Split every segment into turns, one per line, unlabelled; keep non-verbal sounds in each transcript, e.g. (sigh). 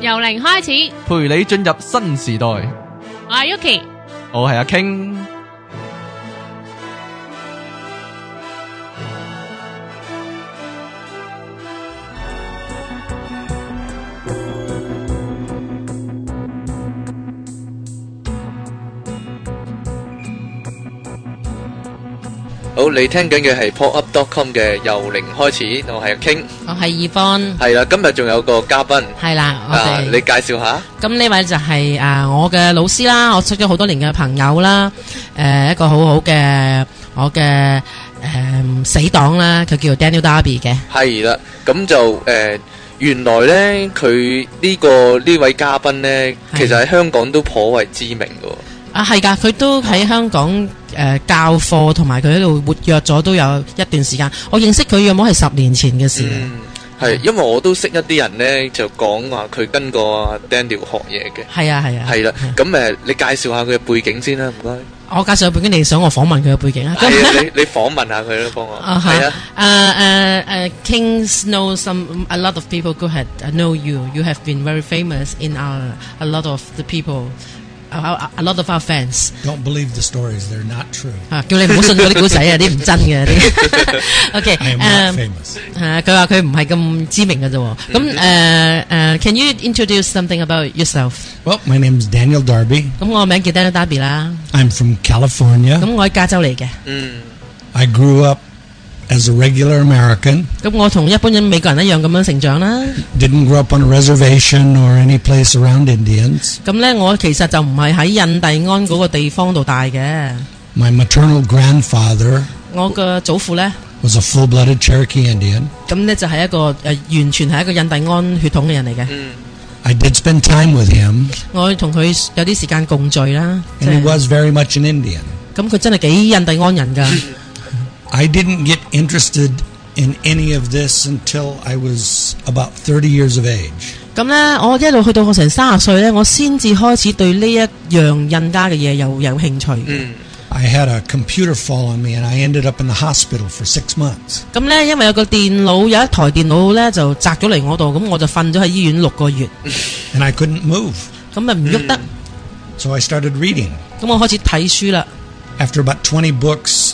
由零開始，
陪你進入新時代。
我係 Yuki，
我係阿 King。
好，你聽緊嘅係 popup.com 嘅由零開始，我係阿 King，
我係 Yvonne，
係啦，今日仲有個嘉賓，
係啦，我
啊，你
哋
介紹下，
咁呢位就係啊我嘅老師啦，我識咗好多年嘅朋友啦，誒一個好好嘅我嘅誒死黨啦，佢叫 Daniel Darby 嘅，
係啦，咁就誒，原來咧佢呢個呢位嘉賓咧，
係
其實喺香港都頗為知名嘅，
啊係㗎，佢都喺香港誒教課同埋佢喺度活躍咗都有一段時間，我認識佢有冇係十年前嘅事嚟。
嗯，係，因為我都識一啲人咧，就講話佢跟過 Daniel 學嘢嘅，
係啊係啊，
係啦，咁誒，你介紹下佢嘅背景先啦，唔該，
我介紹佢背景，你想我訪問佢嘅背景 (laughs) 啊？
係啊，你你訪問下佢啦，幫我，
Uh-huh.
係啊，
Uh, uh, uh, Kings know some a lot of people. Go ahead, I know you. You have been very famous in our a lot of the people, a, a lot of our fans. Uh,
Don't believe the stories; they're not true.
啊，叫你唔好信嗰啲古仔啊，啲唔真嘅 (laughs) 啲。OK，
I
誒
am not
誒，
famous.
佢話佢唔係咁知名嘅啫喎。咁誒誒，Can uh, you introduce something about yourself？
Well, my name is Daniel Darby.
咁我名叫 Daniel Darby 啦。
I'm from California.
咁我喺加州嚟嘅。
嗯，
I grew up as a regular American.
咁我同一般嘅美國人一樣咁樣成長啦。
Didn't grow up on a reservation or any place around Indians.
咁咧，我其實就唔係喺印第安嗰個地方度大嘅。
My maternal grandfather
我嘅祖父呢，
was a full-blooded Cherokee Indian.
咁呢就係一個誒、呃完全係一個印第安血統嘅人嚟嘅。
I did spend time with him,
我同佢有啲時間共聚啦，即係
and he was very much an Indian.
咁佢真係幾印第安人㗎。
I didn't get interested in any of this until I was about 30 years of age.
咁呢，我一路去到我成三十歲呢，我先至開始對呢一樣印加嘅嘢有有興趣。
嗯，
I had a computer fall on me and I ended up in the hospital for six months.
咁呢，因為有個電腦有一台電腦呢，就擲咗嚟我度，咁我就瞓咗喺醫院六個月，
And I couldn't move,
咁咪唔喐得。
so I started reading.
咁我開始睇書啦，
After about 20 books,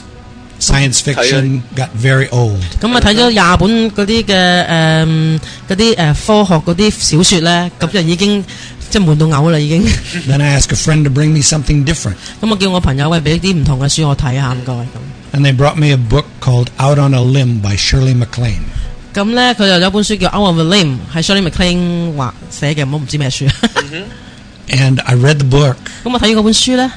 science fiction got very old.
咁啊睇咗廿本嗰啲嘅誒嗰啲誒科學嗰啲小説呢，咁就已經即係悶到嘔啦已經。
Then I asked a friend to bring me something different,
咁我叫我朋友喂，俾啲唔同嘅書我睇下唔該咁。
and they brought me a book called Out on a Limb by Shirley MacLaine.
咁咧佢就有本書叫《Out of the Limb》，係 Shirley MacLaine 畫寫嘅，我唔知咩書。 (laughs) 咁
And I read the book.
我睇完嗰本書咧，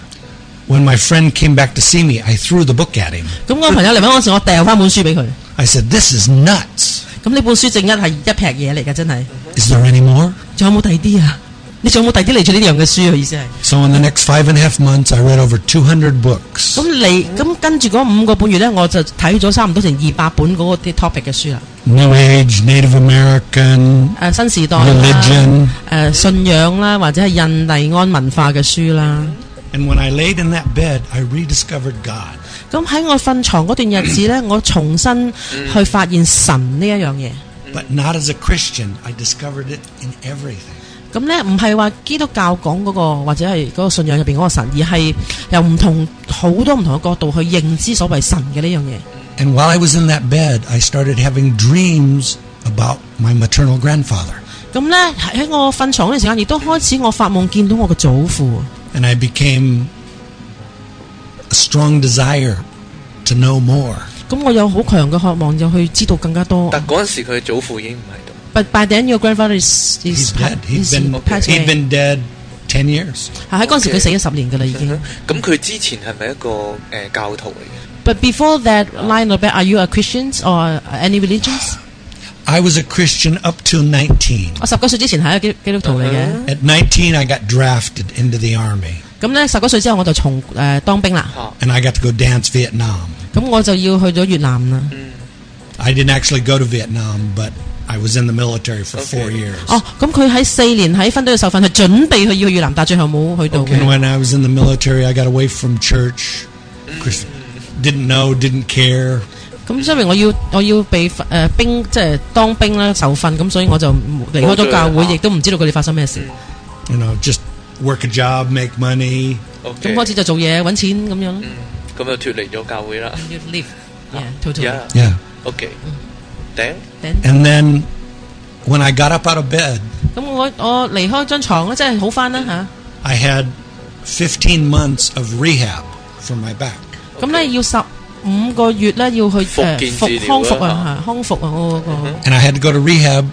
When my friend came back to see me, I threw the book at him.
咁我朋友嚟揾我嗰時，我掉翻本書俾佢。咁
I said, This is nuts.
呢本書正一係一劈嘢嚟嘅，真係。
Is there any more?
仲有冇第二啲啊？你仲有冇第二啲嚟咗呢樣嘅書？佢啊意思係。
So, in the next five and a half months, I read over 200 books.
咁嚟咁跟住嗰五個半月咧，我就睇咗差唔多成二百本嗰個啲 topic 嘅書啦。
New Age, Native American,
誒、呃新時代啦，誒
religion.、
信仰啦，或者係印第安文化嘅書啦。
And when I laid in that bed, I rediscovered God.
咁喺我瞓床嗰段日子呢，我重新
嗯
去發現神呢一樣嘢。
But not as a Christian, I discovered it in everything.
咁呢，唔係話基督教講嗰、個或者係嗰個信仰入邊嗰個神，而係由唔同好多唔同嘅角度去認知所謂神嘅呢樣嘢。
And while I was in that bed, I started having dreams about my maternal grandfather.
咁呢，喺我瞓床嗰段時間，亦都開始我發夢見到我嘅祖父。
And I became a strong desire to know more.
咁我有好強嘅渴望，就去知道更加多。
但嗰陣時佢祖父已經唔喺度。
But by then your grandfather is
He's
is
dead.
is
He's been,
passed
he'd
away
been dead 10 years.
喺嗰陣時佢死咗十年㗎啦已
嗯咁
經。
佢之前係咪一個誒、呃教徒嚟嘅？
But before that line of b a are you a Christians or any religions?
I was a Christian up till 19.
我十九歲之前係一個基基督徒嚟嘅，
At 19, I got drafted into the army,
咁咧十九歲之後我就從誒、呃、當兵啦，
and I got to go dance Vietnam.
咁我就要去咗越南啦。
I didn't actually go to Vietnam, but I was in the military for four
Okay.
years.
哦，咁佢喺四年喺分隊嘅受訓，係準備去要去越南，但係最後冇去到嘅。
And when I was in the military, I got away from church. Chris- Didn't know, didn't care.
咁所以我要我要被誒、呃兵即係當兵啦受訓，咁所以我就離開咗教
冇
會，
咗
亦都唔知道佢哋發生咩事。
You know, just work a job, make money.
咁
OK，
開始就做嘢揾錢咁樣咯。
咁就脱離咗教會啦。
要 leave，yeah, totally.
Yeah，
Yeah.
OK，頂
嗯 Then-
And then when I got up out of bed,
咁我我離開張床咧，真係好翻啦吓。
I had 15 months of rehab for my back.
咁咧要十五個月咧要去
復
誒
健治療
復康復
啦
啊嚇，康復啊我
嗯
嗰
And I had to go to rehab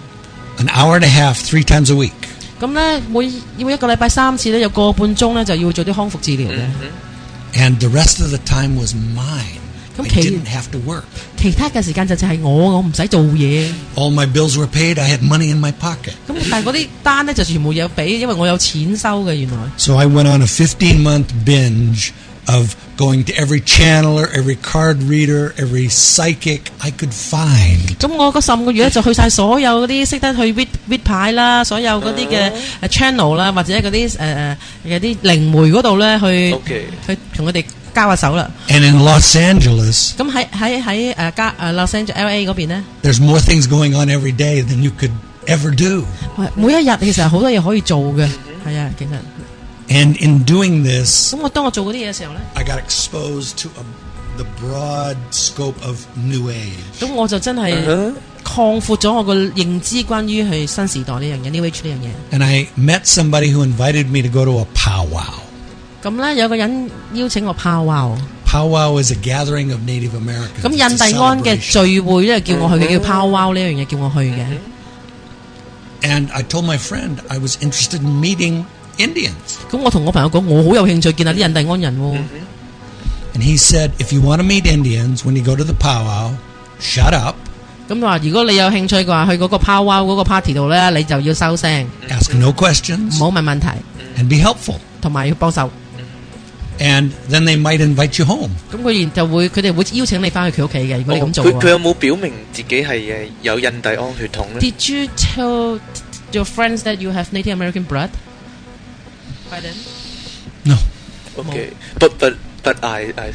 an hour and a half, three times a week.
個。咁咧每要一個禮拜三次咧，有個半鐘咧就要做啲康復治療
嗯
嘅。
And the rest of the time was mine. I
Okay.
didn't have to work.
其他嘅時間就就係我，我唔使做嘢。
All my bills were paid. I had money in my pocket.
咁
(laughs)
但係嗰啲單咧就全部有俾，因為我有錢收嘅原來。
So I went on a 15 month binge of going to every channeler, every card reader, every psychic I could find.
咁我嗰十五個月咧就去晒所有嗰啲識得去 read read 牌啦，所有嗰啲
嗯
嘅誒 channel 啦，或者嗰啲誒誒嗰啲靈媒嗰度咧去
OK
去同佢哋交下手啦。
And in Los Angeles,
咁喺喺喺誒加誒 Los Angeles LA 嗰邊咧，
there's more things going on every day than you could ever do.
每一日其實好多嘢可以做嘅，係啊，其實
And in doing this,
咁我當我做嗰啲嘢嘅時候咧，
I got exposed to a, the broad scope of New Age.
咁我就真係
嗯
擴闊咗我個認知關於去新時代呢樣嘢，New Age 呢樣嘢。
And I met somebody who invited me to go to a powwow.
咁咧有個人邀請我泡wow，
Powwow is a gathering of Native Americans.
咁
It's a
印第安嘅
celebration.
聚會咧叫我
嗯
去，佢叫泡 wow 呢樣嘢叫我去嘅。
And I told my friend I was interested in meeting Indians.
咁我同我朋友講，我好有興趣見下啲印第安人喎。
嗯
And he said, if you want to meet Indians when you go to the powwow, shut up,
咁話如果你有興趣嘅話，去嗰個 powwow 嗰個 party 度呢，你就要收聲，
ask no
唔
questions,
嗯
好問問題，
and be helpful.
同埋要幫手。
And then they might invite you home.
咁佢然就會佢哋會邀請你翻去佢屋企嘅。如果你咁做
哦佢佢
嘅話
有冇表明自己係誒有印第安血統咧？
，Did you tell your friends that you have Native American blood？快啲
No.
OK，不不不，I I，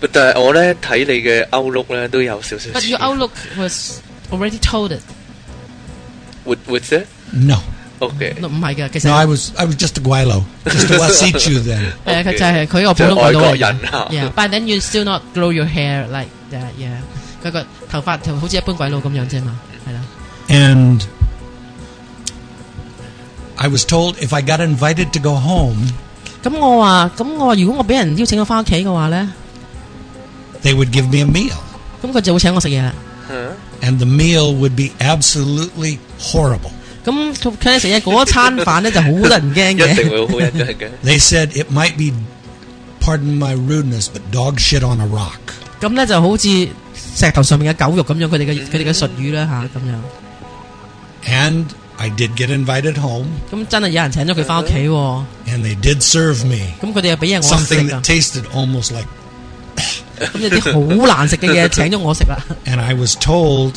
不 ờ, 但係我咧睇你嘅 outlook 咧都有少少
！But your
似
outlook was already told it。
活活啫。
No.
OK，
唔係嘅，其
No, I
實
was I was just a guaylo. Just a Wasichu then.
誒佢就係佢個普
即係
通鬼
外
佬
國
嚟
人啊
嘅。Yeah, But then you still not grow your hair like that. Yeah，佢個頭髮就好似一般鬼佬咁樣啫嘛，係啦。
And I was told if I got invited to go home,
咁我話，咁我話，如果我俾人邀請我翻屋企嘅話呢，
they would give me a meal.
咁佢就會請我食嘢啦。
嗯
And the meal would be absolutely horrible.
咁佢佢食嘢嗰餐飯呢就好得人
(laughs) 一
驚
定
嘅。
會好印象嘅。
They said it might be, pardon my rudeness, but dog shit on a rock.
咁呢就好似石頭上面嘅狗肉咁樣，佢哋嘅佢哋嘅術語啦吓，咁樣。
And I did get invited home,
咁真係有人請咗佢翻屋企喎，
and they did serve me
咁佢哋又俾嘢我
something
食啊
that，tasted almost like.
咁有啲好難食嘅嘢請咗我食啦。
And I was told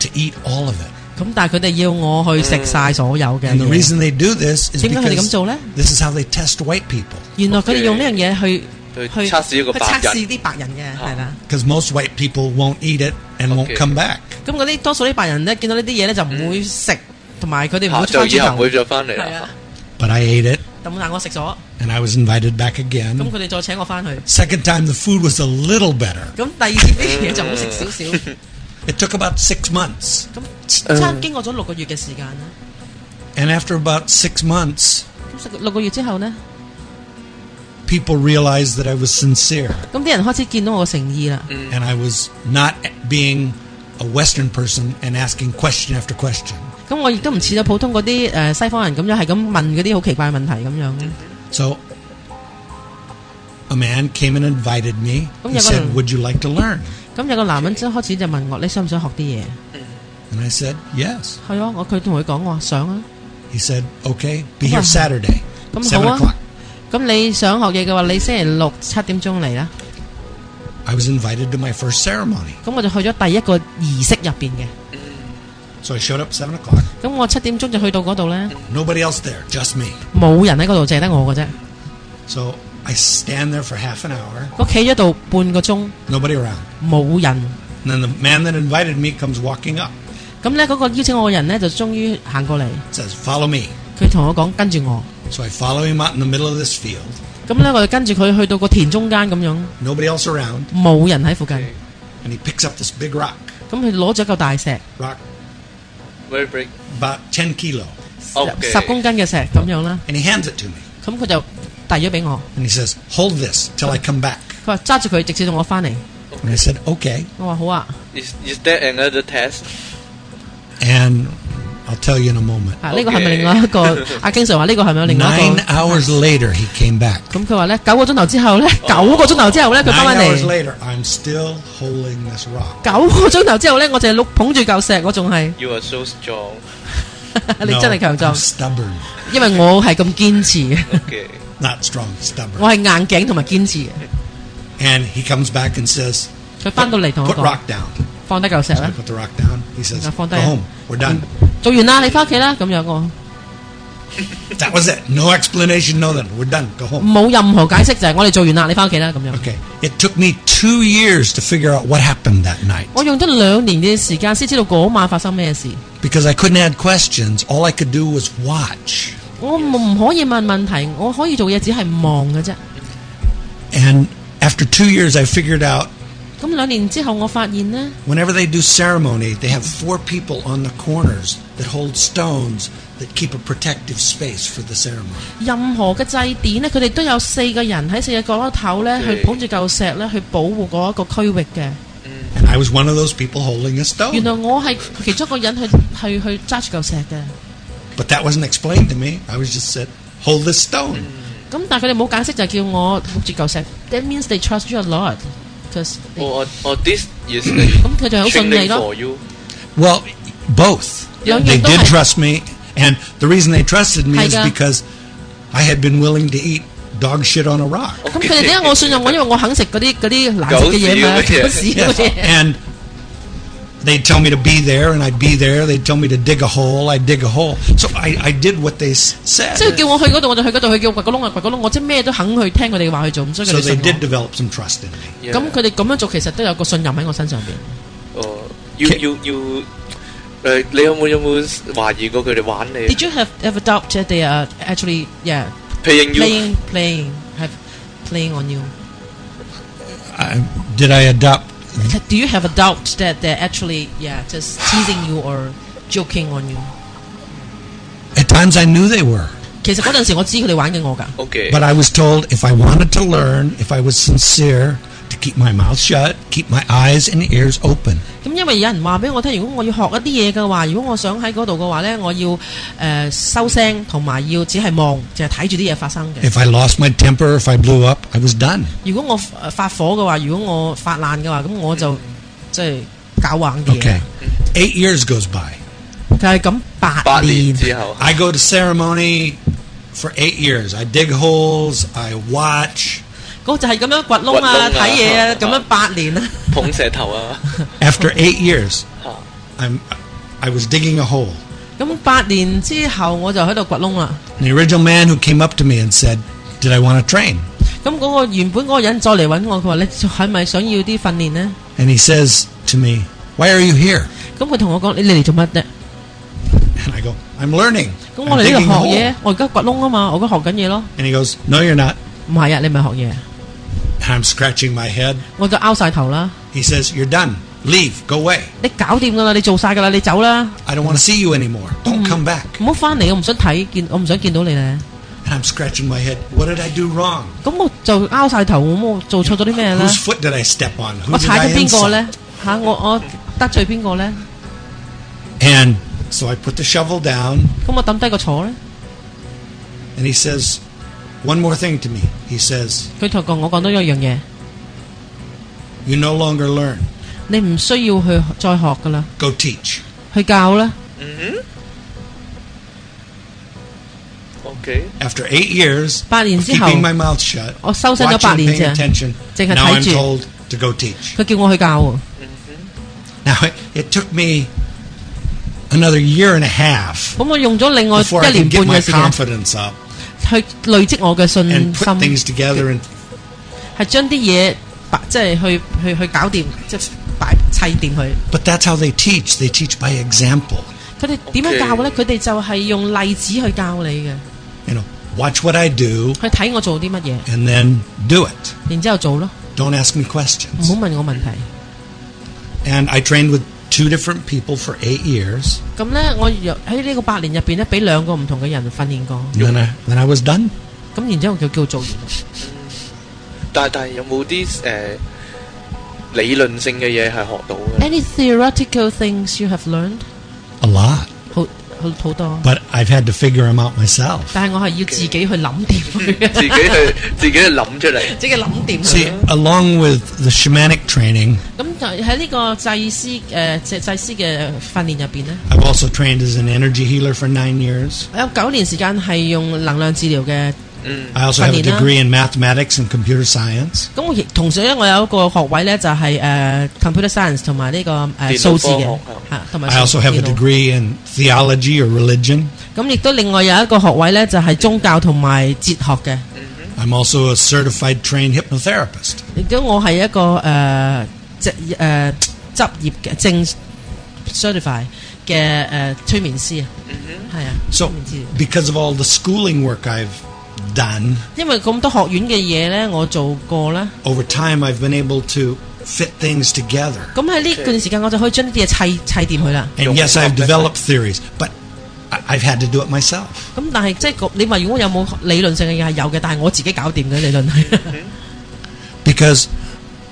to eat all of it.
咁但係佢哋要我去食晒所有
(laughs)
嘅
And the
嘢。
reason they do this is
點解佢哋
because
咁做呢？
this is how they test white people.
原來佢哋用呢樣嘢去
去測試一個
去
白人
測試啲白人嘅，係啦。
Because most white people won't eat it and won't
Okay.
come back.
咁嗰啲多數啲白人咧，見到呢啲嘢咧就唔會食，同埋佢哋
嗯
唔
嚇
會
就
翻
以後
轉
唔
頭
會。再翻嚟
係啊
啦。，
But I ate it,
咁但我食咗，
and I was invited back
咁
嗯
again.
佢哋再請我翻去。
Second time, the food was a little better.
咁第二次啲嘢就好食少少。
嗯
It took about six months.
咁差經過咗六個月嘅時間啦。
And after about six months,
咁食六個月之後呢，
people realized that I was sincere
咁啲人開始見到我嘅誠意啦。
and I was not being a Western person and asking question after question.
咁我亦都唔似咗普通嗰啲誒西方人咁樣，係咁問嗰啲好奇怪嘅問題咁樣。
So a man came and invited me
Cũng
and
vậy
said,
con.
Would you like to learn?
咁有個男人真開始就問我：你想唔想學啲嘢？
And I said, Yes.
係咯，我佢同佢講我話想啊。
He said, Okay, be here
Wow.
Saturday,
Cũng
7
hậu á.
o'clock.
咁你想學嘢嘅話，你星期六七點鐘嚟啦。
I was invited to my first ceremony.
咁我就去咗第一個儀式入邊嘅。
So I showed up 7 o'clock.
咁我七點鐘就去到嗰度呢，
Nobody else there, just me.
冇人喺嗰度，淨係得我嘅啫。
So I stand there for half an hour,
我企咗度半個鐘，
nobody around.
冇人。
And then the man that invited me comes walking up,
咁咧嗰個邀請我嘅人咧就終於行過嚟，
says, Follow me.
佢同我講跟住我。
So I follow him out in the middle of this field.
咁咧我就跟住佢去到個田中間咁樣，
Nobody else around.
冇人喺附近。
And he picks up this big rock,
咁佢攞咗一嚿大石，
rock
Very big.
about 10 kilo,
Okay.
十公斤嘅石咁樣啦。
and he hands it to me.
咁佢就遞咗俾我，
And he says, Hold this till I come back.
佢話揸住佢直至到我翻嚟。
And I said, Okay.
我話好啊，
Is is that another test?
And I'll tell you in a moment.
啊呢個係咪另外一個？阿經常話呢個係咪有另外一
Nine
個？
hours later, he came back.
咁佢話咧九個鐘頭之
(laughs)
後咧，九個鐘頭之後咧佢翻
Nine
返
hours
嚟。
later, I'm still holding this
(laughs)
rock.
九個鐘頭之後咧，我就係碌捧住嚿石，我仲係
You are so strong.
(laughs) 你
No,
真係強
I'm
壯，
stubborn.
因為我係咁堅持
(laughs)
嘅， (laughs)
Okay.
Not strong, stubborn.
我係硬頸同埋堅持嘅。
And he comes back and says,
佢翻到嚟同我
Put
講，
rock down.
放低嚿石
So I
啦，
put the rock down. He says,
Now
Go
fall down.
home. We're done.
做完啦，你翻屋企啦，咁樣我
That was it. No explanation, no nothing. We're done. Go home.
冇任何解釋，就係我哋做完啦，你翻屋企啦，咁樣。
Okay. It took me two years to figure out what happened that night
我用咗兩年嘅時間先知道嗰晚發生咩事。
because I couldn't add questions. All I could do was watch.
我唔唔可以問問題，我可以做嘢只係望嘅啫。
And after two years, I figured out
咁兩年之後，我發現呢，
whenever they do ceremony, they have four people on the corners that hold stones that keep a protective space for the ceremony.
任何嘅祭典呢，佢哋都有四個人喺四個角落頭呢，
對
去捧住嚿石呢，去保護嗰一個區域嘅。
And I was one of those people holding a
原
stone.
來我係其中一個人去去去揸住嚿石嘅。
But that wasn't explained to me. I was just said, hold this stone.
咁但係佢哋冇解釋，就叫我捧住嚿石。That means they trust you a lot. 'Cause they-
哦
Or or, or this is a
咁佢就好順利
training
咯。
for you.
Well, both.
Yeah.
They
Don't
did
I-
trust me, and the reason they trusted me is
Tiger.
because I had been willing to eat dog shit on a rock.
咁佢哋點解我信任我？因為我肯食嗰啲嗰啲難食嘅嘢嘛，
狗屎嗰啲嘢
狗屎嗰
Yes.
啲嘢。
and they'd tell me to be there, and I'd be there. They'd tell me to dig a hole. I'd dig a hole. So I, I did what they s- said.
即係叫我去嗰度，我就去嗰度；佢叫我掘個窿啊，掘個窿。我即係咩都肯去聽佢哋話去做，咁所以佢
So
哋
they
信
did
我。
develop some trust in me.
Yeah.
咁佢哋咁樣做，其實都有個信任喺我身上邊。
Or you you you. 誒，你有冇有冇懷疑過佢哋玩你
Did you have ever doubt that they are actually yeah
？Paying you
playing playing have playing on you?
I, did I adopt?
Do you have a doubt that they're actually yeah just teasing you or joking on you？
At times I knew they were,
其實嗰陣時我知佢哋玩緊我㗎。
？OK，
but I was told if I wanted to learn, if I was sincere, to keep my mouth shut, keep my eyes and ears open.
咁因為有人話俾我聽，如果我要學一啲嘢嘅話，如果我想喺嗰度嘅話呢，我要誒、呃收聲，同埋要只係望，淨係睇住啲嘢發生嘅。
If I lost my temper, if I blew up, I was done.
如果我呃發火嘅話，如果我發爛嘅話，咁我就即係搞硬啲嘢。
Okay. Eight years goes by.
就係咁八
八年
年，
之後
I go to ceremony for eight years. I dig holes, I watch.
嗰就係咁樣掘
掘
窿啊、
窿啊
睇嘢啊，
啊
咁樣八年啊。
捧石頭啊！
After eight years,
嚇
I'm, I was digging a hole.
咁八年之後我就喺度掘窿啦。
And the original man who came up to me and said, Did I want to train?
咁嗰個原本嗰個人再嚟揾我，佢話你係咪想要啲訓練呢？
And he says to me, Why are you here?
咁佢同我講：你嚟做乜啫？
And I go, I'm learning.
咁我
I'm
嚟呢度
digging a
學
hole.
嘢，我而家掘窿啊嘛，我而家學緊嘢咯。
And he goes, No, you're not.
唔係啊，你咪學嘢，
And I'm scratching my head.
我就拗晒頭啦。
He says, You're done. Leave. Go away.
你搞掂噶啦，你做晒噶啦，你走啦，
I don't want to see you anymore. Don't come back.
唔好翻嚟，我唔想睇見，我唔想見到你咧。
And I'm scratching my head. What did I do wrong?
咁我就拗晒頭，咁我做錯咗啲咩咧？
Whose foot did I step on? Who
我
did
踩
I
咗邊個
insult?
咧？吓、我我得罪邊個咧？
And so I put the shovel down,
咁我抌低個坐咧，
and he says one more thing to me. He says,
佢同我講多一樣嘢，
You no longer learn.
你唔需要去再學噶啦，
Go teach.
去教啦。
，OK，
After eight years,
八年
of
之後，
keeping my mouth shut,
我收身咗
watching,
八年啫，
paying attention,
淨係
now I'm
睇住。
told to go teach. (laughs)
佢叫我去教喎，
Now, it, it took me another year and a half
咁我用咗另外
before I
一
could
年
get
半
my
嘅時間
confidence up
去累積我嘅信
and put things
心，
together and
係將啲嘢擺即係去去去搞掂，即係擺砌砌掂佢。
But that's how they teach. They teach by example.
佢哋點樣
Okay
教咧？佢哋就係用例子去教你嘅，
You know, watch what I do
去睇我做啲乜嘢，
and then do it.
然之後做咯，
Don't ask
唔
me questions.
好問我問題。
And I trained with two different people for eight years.
咁咧，我又喺呢個八年入邊咧，俾兩個唔同嘅人訓練過，
And then I, then I was done.
咁然之後就叫做完。
但但係有冇啲誒理論性嘅嘢係學到嘅？
Any theoretical things you have learned？
A lot.
好好好多，
But I've had to figure them out myself.
但係我係要自己去諗掂佢嘅，
自己去自己去諗出嚟。
(laughs) 自己諗掂佢
See,
嘅。
along with the shamanic training,
咁就喺呢個祭司誒祭祭司嘅訓練入邊咧，
I've also trained as an energy healer for nine years.
我有九年時間係用能量治療嘅。
I also have a
Funny, no?
degree in mathematics and computer science.
咁我亦同時咧，我有一個學位咧，就係、誒 computer science 同埋呢個誒
電腦
數字嘅
科學
嚇，同埋
I also have a
電腦
degree in theology or religion.
咁亦都另外有一個學位咧，就係、宗教同埋哲學嘅。
I'm also a certified trained hypnotherapist.
亦都我係一個誒、執誒、執業嘅證 certify 嘅誒、催眠師啊，
嗯
係啊，催
So,
眠治療。
because of all the schooling work I've done,
因為咁多學院嘅嘢咧，我做過啦。
over time I've been able to fit things together.
咁喺呢段時間，我就可以將呢啲嘢砌砌掂佢啦。
And yes, I've developed theories, but I- I've had to do it myself.
咁但係即係個你話，如果有冇理論性嘅嘢係有嘅，但係我自己搞掂嘅理論係。
嗯 Because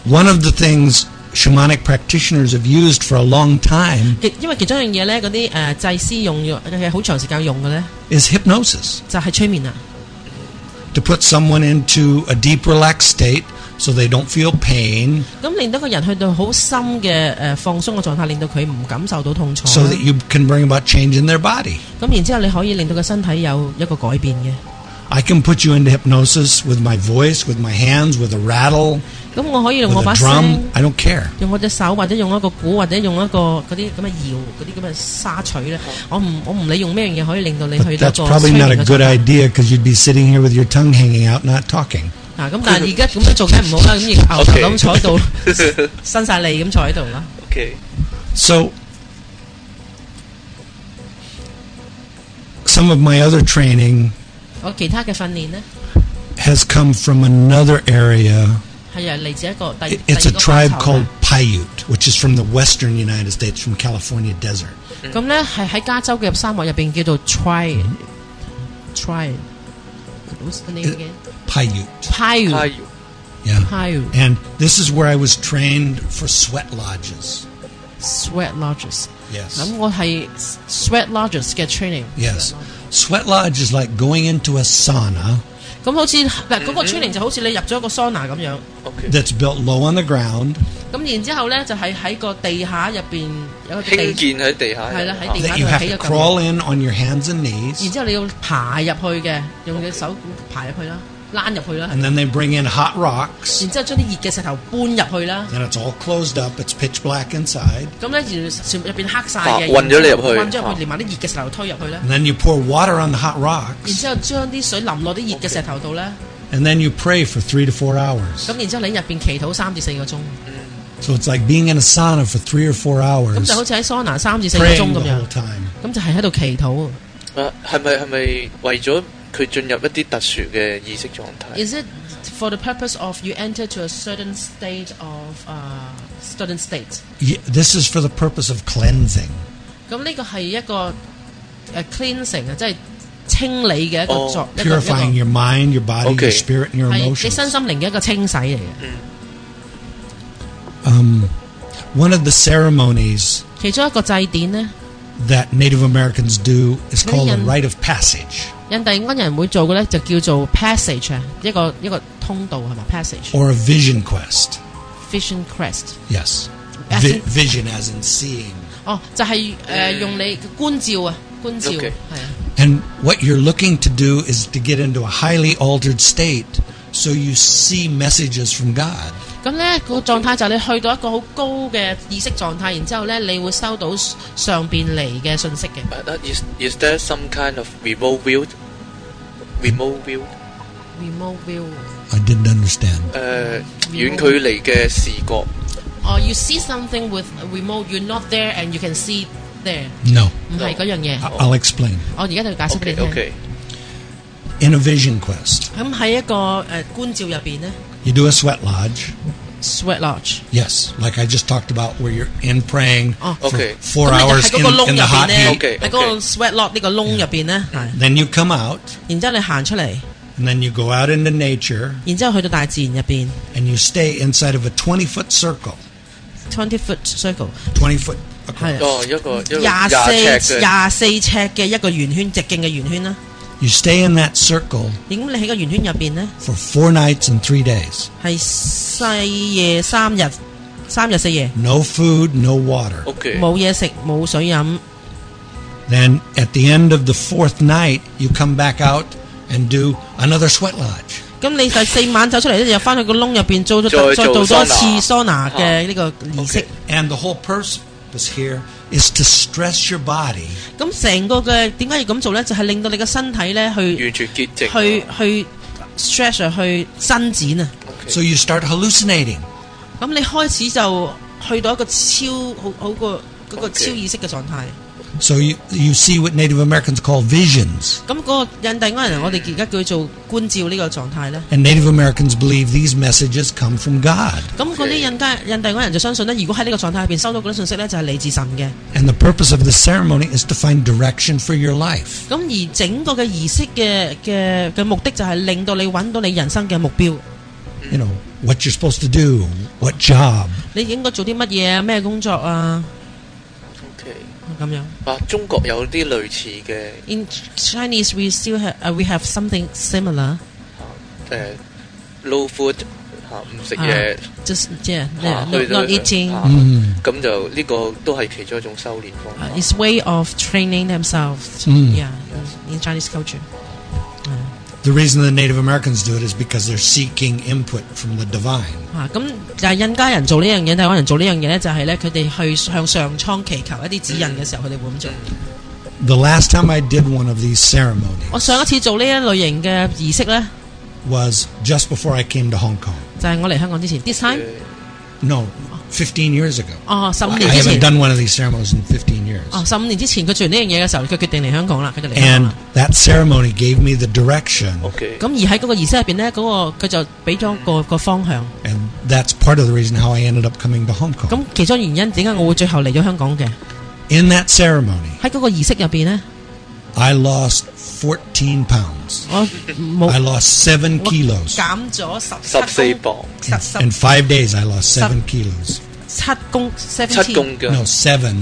one of the things shamanic practitioners have used for a long time
其 (laughs) 因為其中一樣嘢咧，嗰啲誒祭司用咗嘅好長時間用嘅咧，
is hypnosis
就係、呃催眠啊啦。
to put someone into a deep, relaxed state so they don't feel pain,
咁令到個人去到好深嘅誒、呃放鬆嘅狀態，令到佢唔感受到痛楚
so
啦。
that you can bring about change in their body.
咁然之後，你可以令到個身體有一個改變嘅。
I can put you into hypnosis with my voice, with my hands, with a rattle,
咁我可以用
with
我
a
把聲
drum.，I don't care.
用我隻手，或者用一個鼓，或者用一個嗰啲咁嘅搖，嗰啲咁嘅沙錘咧。我唔我唔理用咩樣嘢可以令到你
But
去到一
that's
個催
probably not
眠
a
嘅
good
狀態
idea because you'd be sitting here with your tongue hanging out, not talking.
嗱，啊咁但係而家咁樣做梗係唔好啦，咁亦牛頭咁坐喺度，伸晒脷咁坐喺度啦。
OK，
So, some of my other training
我其他嘅訓練咧
has come from another area.
係啊，嚟自一個第
It-
第二
It's a
個範
tribe
疇嘅
called Paiute, which is from the western United States, from California desert.
咁咧係喺加州嘅沙漠入邊叫做 try try。What's the name again?
Paiute,
Paiute
哈搖
yeah.
Paiute
And this is where I was trained for sweat lodges.
sweat lodges。
Yes.
咁我係 sweat lodges 嘅 training。
Yes. Sweat lodge is like going into a sauna
咁好似嗱嗰個 training 就好似你入咗一個桑拿咁樣。
，OK，
that's built low on the ground.
咁然之後咧就係喺個地下入邊有個
興
地，
建喺地下。
係啦喺地
That you have to crawl in on your hands
然
and knees.
之後你要爬入去嘅，用隻手爬入去啦，躝入去啦，係
And then they bring in hot rocks.
然之後將啲熱嘅石頭搬入去啦。
Then it's all closed up. It's pitch black inside.
咁咧，然後全部入邊黑晒
啊
嘅，
運咗你入去
混咗入
啊
去，連埋啲熱嘅石頭推入去啦。
And then you pour water on the hot
然
rocks.
之後將啲水淋落啲熱嘅石頭度咧，
And then you pray for three to four hours.
咁然之後你入邊祈禱三至四個鐘，
So it's like being in a sauna for three or four
咁
hours,
就好似喺桑拿三至四個鐘
praying the
咁
whole
樣，
time.
咁就係喺度祈禱。
啊，係咪係咪為咗佢進入一啲特殊嘅意識狀態？
Is it for the purpose of you enter to a certain state of 啊 certain state？
Ye- This is for the purpose of cleansing.
咁呢個係一個誒 cleansing 啊，即係清理嘅一個
哦
作一個一個
Purifying your mind, your body, your
Okay.
spirit, and your
係你
emotions.
身心靈嘅一個清洗嚟嘅。
嗯
One of the ceremonies
其中一個祭典呢，
that Native Americans do is called a
Brilliant.
rite of passage
印第安人會做嘅呢，就叫做 passage 啊，一個一個通道係咪 passage
or a vision quest.
vision crest。
Yes.
I
Vi-
think-
vision as in seeing.
哦，就係、誒、用你觀照啊，觀照
嗯 Okay.
係啊。
And what you're looking to do is to get into a highly altered state so you see messages from God.
咁呢個狀態就係你去到一個好高嘅意識狀態，然之後呢，你會收到上邊嚟嘅信息嘅。
啊啊，is Uh, is there some kind of remote view? Remote view？
Remote view
Uh,
I didn't understand.
誒，遠距離嘅視覺
or Oh, you see something with a remote you're not there and you can see there
No.
唔係嗰樣嘢。
I- I'll explain.
我而家就解釋俾
OK
你
OK，
聽。
In a vision quest,
咁喺一個誒觀照入邊咧
you do a sweat lodge.
，sweat lodge。
Yes, like I just talked about, where you're in praying
Oh.
for
Okay.
four
咁你就喺
hours
嗰
in,
個窿入
in the
邊
hot
咧，
heat.
Okay,
喺嗰個
okay.
sweat lodge 呢個窿入邊咧，係。
Then you come out,
然之後你行出嚟，
and then you go out into nature,
然之後去到大自然入邊
and you stay inside of a 20 foot circle,
，twenty foot circle
20 foot across.
係
哦，一個一個
廿
廿尺
四
嘅，
廿四尺嘅一個圓圈，直徑嘅圓圈啦。
You stay in that circle
咁你喺個圓圈入邊咧，
for four nights and three days.
係細夜三日，三日四夜，
No food, no water.
OK，
冇嘢食，冇水飲。
Then at the end of the fourth night, you come back out and do another sweat lodge.
咁
(laughs)
你第四晚走出嚟咧，就翻去個窿入邊做咗
再
再
做
做多
sauna 啊
次 sauna 嘅呢個儀式
Okay.。And the whole purpose here is to stress your body
咁成個嘅點解要咁做咧？就係令到你嘅身體咧去
完全潔淨。
去去 stretch 啊去伸展啊。
OK
so you start hallucinating.
咁你開始就去到一個超好好個嗰個
Okay
超意識嘅狀態。
So you, you see what Native Americans call visions.
咁嗰個印第安人，我哋而家叫做觀照呢個狀態咧。
And Native Americans believe these messages come from God.
咁嗰啲印加印第安人就相信咧，如果喺呢個狀態入邊收到嗰啲信息咧，就係嚟自神嘅。
And the purpose of this ceremony is to find direction for your life.
咁而整個嘅儀式嘅嘅嘅目的就係令到你揾到你人生嘅目標，
You know, what you're supposed to do, what job.
你應該做啲乜嘢啊？咩工作啊？
OK，
咁樣。
啊，中國有啲類似嘅
In Chinese, we still have、we have something similar.
誒 low food 嚇唔食嘢
Uh, Just yeah,
嚇
yeah,
去
not,
到
not eating.
嚇咁就呢個都係其中一種修煉方法
Uh,。it's way of training themselves.
Mm.
Yeah, in- in Chinese culture.
The reason the Native Americans do it is because they're seeking input from the divine.
啊，咁但係印加人做呢樣嘢，但係可能做呢樣嘢咧，就係咧佢哋去向上蒼祈求一啲指引嘅時候，佢哋會咁做。
The last time I did one of these ceremonies
我上一次做呢一類型嘅儀式咧，
was just before I came to Hong Kong.
就係、我嚟香港之前，this time，
No, 15 years ago.
哦，十五
I
年之
haven't
前，
done one of these ceremonies in 15 years.
哦，十五年之前佢做完呢樣嘢嘅時候，佢決定嚟香港啦，佢就嚟香港
And
啦。
that ceremony gave me the direction,
OK，
咁而喺嗰個儀式入邊咧，嗰、個佢就俾咗個個方向。
and that's part of the reason how I ended up coming to Hong Kong.
咁其中原因點解我會最後嚟咗香港嘅？
In that ceremony,
喺嗰個儀式入邊咧，
I lost 14 pounds.
我
I
冇
lost 7
我
kilos.
減咗十
十四
公
磅，
十
In
十
five days, I lost 7
Sub-
kilos.
七公
七
seventeen
公斤，
No, 7.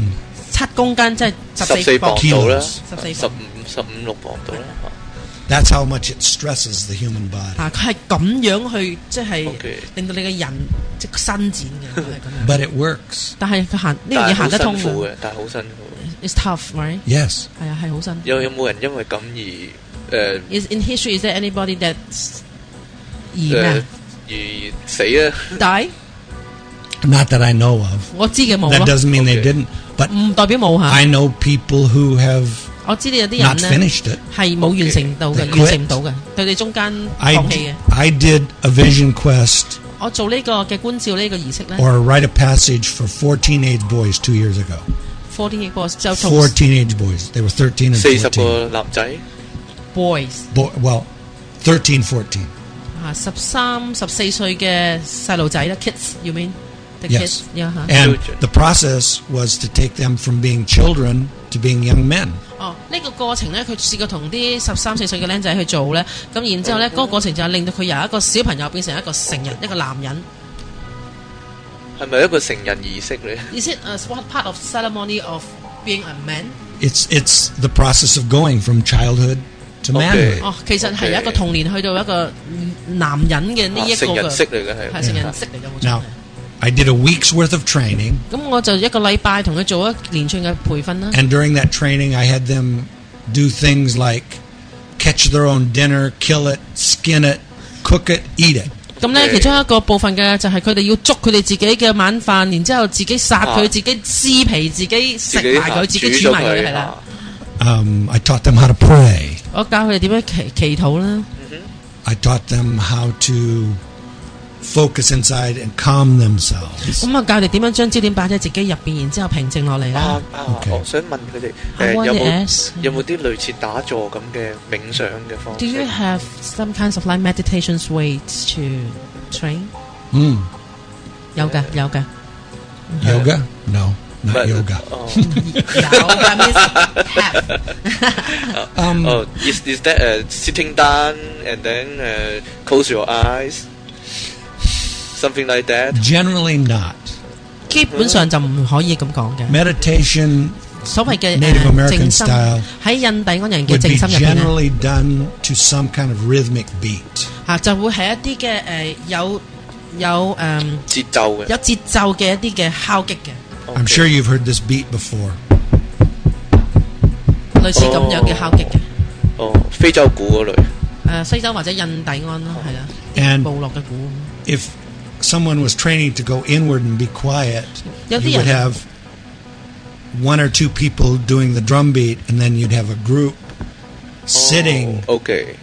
七公斤，即係
十
十
四
四
磅
磅。
到啦，
kilos
14
十五十五六磅到啦。
That's how much it stresses the human body.
啊，佢係咁樣去，即係
OK
令到你嘅人即係伸展嘅，係咁樣。
But it works.
但係佢行呢樣
但係好
嘢行得通
辛苦
嘅
嘅，但係好辛苦。
，it's tough，right？
Yes.
係啊，係好辛苦。
有有冇人因為咁而誒
Is in history is there anybody that 而
誒
咩
而死咧？
die？
Not that I know of.
我知嘅冇咯，
That doesn't mean they
Okay.
didn't. But
唔代表冇嚇。
I know people who have
我知道有啲
not
人咧
finished it.
係冇完成到嘅，
Okay.
完成唔到嘅，佢哋中間
I,
放棄嘅。
I did a vision quest
我做呢個嘅觀照呢個儀式咧
or a rite of passage for four teenage boys two years ago.
，fourteen boys 就同
Four teenage boys. They were 13 and
四十
14.
個男仔，
boys
Bo- well, 13, 14.
啊，十三十四歲嘅細路仔啦，kids you mean the
Yes.
kids 呀嚇。
And
Children.
the process was to take them from being children to being young men.
哦，呢個過程咧，佢試過同啲十三四歲嘅僆仔去做咧，咁然之後咧，嗰個過程就係令到佢由一個小朋友變成一個成人，一個男人。
係咪一個成人儀式咧？
Is it a what part of ceremony of being a man？
It's it's the process of going from childhood to
Okay.
manhood.
哦，其實係
Okay.
一個童年去到一個男人嘅呢一
啊
個
成人式
嘅，
嚟嘅係
係成人式嚟嘅冇錯
Now,。I did a week's worth of training,
咁我就一個禮拜同佢做一連串嘅培訓啦。
and during that training, I had them do things like catch their own dinner, kill it, skin it, cook it, eat it.
咁呢，
Okay.
其中一個部分嘅就係佢哋要捉佢哋自己嘅晚飯，然之後自己殺佢，
啊
自己撕皮，自己
自
食
己
埋佢，自己
咗
煮埋佢，係啦。
啊
Um, I taught them how to pray.
我教佢哋點樣祈祈禱啦。
I taught them how to focus inside and calm themselves.
咁啊，教你點樣將焦點擺喺自己入邊，然之後平靜落嚟啦。
啊，
OK。
我想問佢哋，
I
誒，
want
有冇-
to ask.
有冇啲類似打坐咁嘅冥想嘅方
Do you
式？
have some kinds of like meditations ways to train？
Mm.
有嘅，有嘅，
Yoga? No, not
But- uh,
yoga.
哦。
有嘅 miss have。
Um,
Oh, is is that uh, sitting down and then uh, close your eyes, something like that?
Generally not.
基本上就唔可以咁講嘅。
Meditation
所謂嘅
Native
誒
American
靜心
style
喺印第安人嘅
would
靜心
be
入邊咧，
generally done to some kind of rhythmic beat.
嚇啊就會係一啲嘅誒有有誒
節奏嘅。
有節奏嘅一啲嘅敲擊嘅，
I'm sure you've heard this beat before.
類似咁樣嘅敲擊嘅。
哦，非洲鼓嗰類。
誒西洲或者印第安咯，係啦，啲
And-
部落嘅鼓。
If someone was training to go inward and be quiet,
Yeah,
you
the-
would have one or two people doing the drum beat, and then you'd have a group sitting.
Oh. Okay.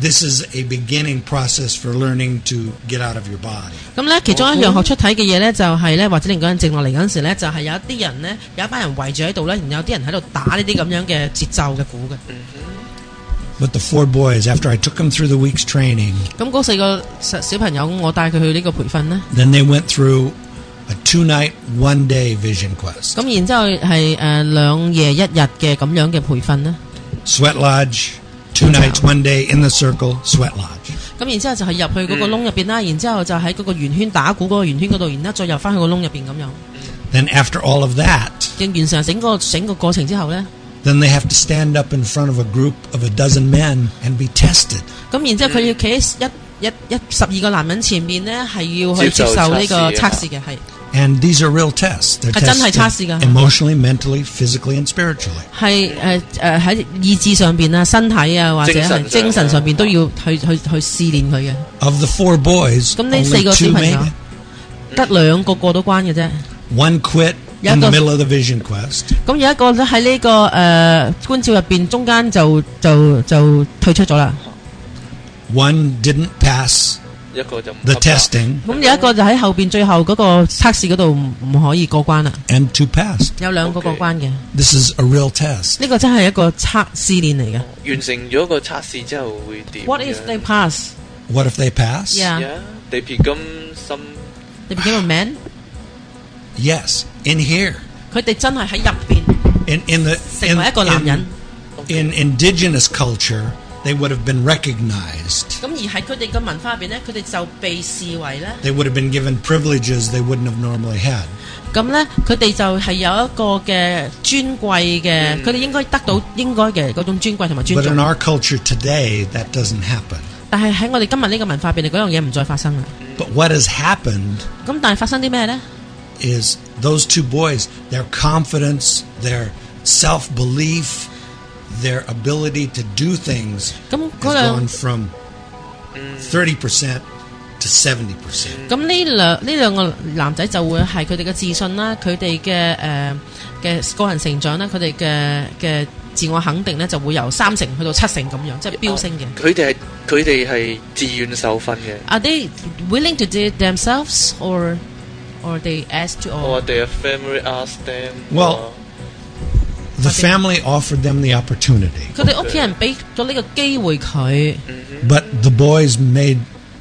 This is a beginning process for learning to get out of your body.
咁咧，其中一樣學出體嘅嘢咧，就係咧，或者令嗰人靜落嚟嗰陣時咧，就係有一啲人咧，有一班人圍住喺度咧，然後有啲人喺度打呢啲咁樣嘅節奏嘅鼓嘅。
But the four boys, after I took them through the week's training,
咁嗰四個小小朋友，咁我帶佢去呢個培訓咧。
then they went through a two night, one day vision quest.
咁然之後係誒兩夜一日嘅咁樣嘅培訓咧。
Sweat Lodge, two nights, one day in the circle, Sweat Lodge.
咁然之後就係入去嗰個窿入邊啦，然之後就喺嗰個圓圈打鼓嗰個圓圈嗰度，然之後再入翻去個窿入邊咁樣。
Then, after all of that,
嘅完成整個整個過程之後咧，
then they have to stand up in front of a group of a dozen men and be tested.
咁然之後佢要企喺一一一十二個男人前面咧，係要去接
接受
受呢個
測試
測試嘅，係
And these are real tests. They're
係真係測試㗎。
tested emotionally, mentally, physically, and spiritually.
係誒誒喺意志上邊啊、身體啊或者
精神上
係
啊嗯
精神上邊都要去去去試練佢嘅。
Of the four boys,
咁呢
only
四個小
two
朋
made
友
it.
得兩個過到關嘅啫。
One quit
Yeah,
in the
those-
middle of the vision quest.
咁有一個咧喺呢個誒、呃、觀照入邊中間就就就退出咗啦。
One didn't pass
一個就
the
唔合格。
testing,
咁有一個就喺後邊最後嗰個測試嗰度唔唔可以過關啦。
and two passed.
有兩個過
Okay
關嘅，呢、
This is a real test.
個真係一個測試練嚟嘅。
完成咗個測試之後會點
What if
樣？
they pass?
What if they pass?
Yeah.
Yeah, they become some
They became a man.
Yes, in here,
佢哋真係喺入邊
in in the
成
in,
為一個男人。
in, in indigenous culture, they would have been recognized.
咁而喺佢哋嘅文化入邊咧，佢哋就被視為咧，
They would have been given privileges they wouldn't have normally had.
咁咧佢哋就係有一個嘅尊貴嘅，佢哋應該得到應該嘅嗰種尊貴同埋
But
尊
in
重。
our culture today, that doesn't happen.
但係喺我哋今日呢個文化入邊，嗰樣嘢唔再發生啦。
But what has happened
咁但係發生啲咩咧？
is those two boys, their confidence, their self belief, their ability to do things has
咁嗰兩
gone from 30% to 70%.
咁呢兩呢兩個男仔就會係佢哋嘅自信啦，佢哋嘅誒嘅個人成長啦，佢哋嘅嘅自我肯定咧就會由三成去到七成咁樣，即係飆升嘅。
佢哋係-佢哋係自願受訓嘅。
Are they willing to do it themselves or or they ask to or
Oh,
Or their family asked them,
Well,
or-
The family offered them the opportunity,
佢哋屋企人俾咗呢個機會佢？
but the boys made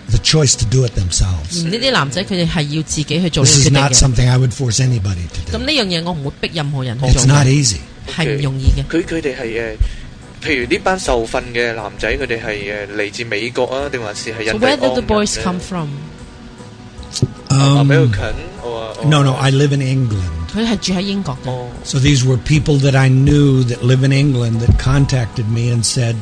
the choice to do it themselves.
呢啲男仔佢哋係要自己去做呢個決
This is
定
not
嘅。
something I would force anybody
咁
to do.
呢樣嘢我唔會逼任何人去
It's
做
not
嘅，
easy.
係唔容易嘅。
佢佢哋係誒，譬如呢班受訓嘅男仔，佢哋係誒嚟自美國啊，定還是係
So
印第
where do the
安
boys come
人
from？
Um,
Ờ, American ờ, or or-
no, no, I live in England.
佢係住喺英國嘅。
哦
So these were people that I knew that live in England that contacted me and said,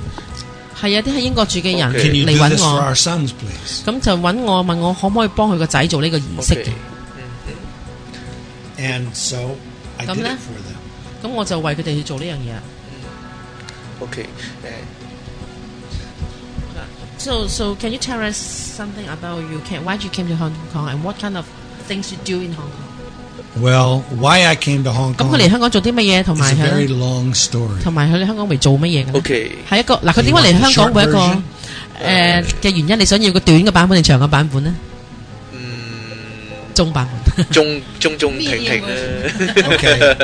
係有啲喺英國住嘅人
Okay.
"Can you
嚟
do this
揾
for
我
our，sons, please?"
咁就揾我問我可唔可以幫佢個仔做呢個儀式嘅
OK，
And so I
Come
did
there.
it for them.
咁我就為佢哋去做呢樣嘢啦。
OK，ờ,
So so can you tell us something about you came why you came to Hong Kong and what kind of things you do in Hong Kong？
Well, why I came to Hong
咁
Kong
佢嚟
is
香港做啲乜嘢，同
a
埋
very
佢
long story.
同埋佢嚟香港嚟做乜嘢嘅呢
OK
係一個嗱，佢點解嚟香港會一個
You want
誒嘅原因？你想要個短嘅版本定長嘅版本呢？
誒
中版本。
中中中停停啦， (laughs)
Okay.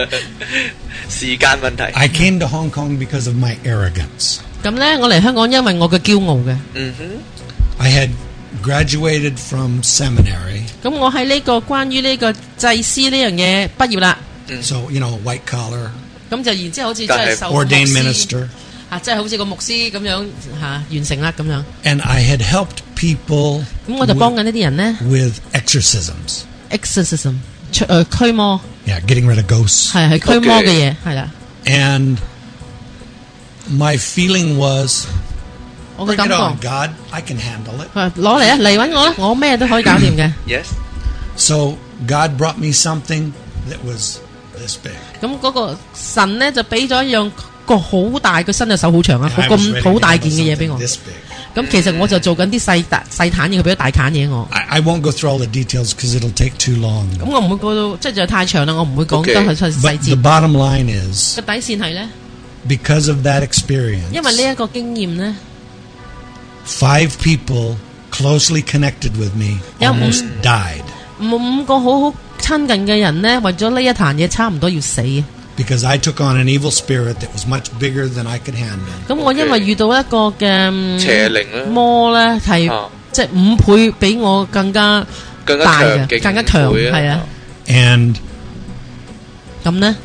時間問題。
I came to Hong Kong because of my arrogance.
咁咧，我嚟香港因為我嘅驕傲嘅。
嗯哼，
I had graduated from seminary,
咁我喺呢個關於呢個祭司呢樣嘢畢業啦。
so, you know, white collar,
咁就然之後好似真係受牧
ordained
師
minister,
啊，即係好似個牧師咁樣嚇、啊完成啦咁樣。
and I had helped people
咁我就幫緊呢啲人咧
with, with exorcisms.
exorcism 除誒驅魔，
Yeah, getting rid of ghosts.
係係驅魔嘅嘢，係啦。
And my feeling was,
我嘅
bring
感
it
覺，
on, God, I can handle it.
佢話攞嚟啊，嚟揾我啦，我咩都可以搞掂嘅。
yes，
So God brought me something that was this big.
咁嗰個神咧就俾咗一樣個好大個身嘅手好長啊，好
And I was ready
咁
to
好大
handle
件嘅嘢俾
something
我。
This big.
咁其實我就做緊啲細大細攤嘢，佢俾咗大攤嘢
啊
我。
I, I won't go through all the details because it'll take too long.
咁我唔會過到，即係就太長啦，我唔會講
Okay.
得係細
But
細
the
節。
bottom line is
個底線係咧，
because of that experience,
因為呢一個經驗咧，
five people closely connected with me
Yeah.
almost died
五五個好好親近嘅人咧，為咗呢一壇嘢差唔多要死啊！
because I took on an evil spirit that was much bigger than I could handle.
咁我
Okay.
因為遇到一個嘅嗯
邪靈啦
魔咧，係
啊
即係五倍比我更加
更加
大
強勁
嘅，更加強
會啊
係啊！
And
咁呢，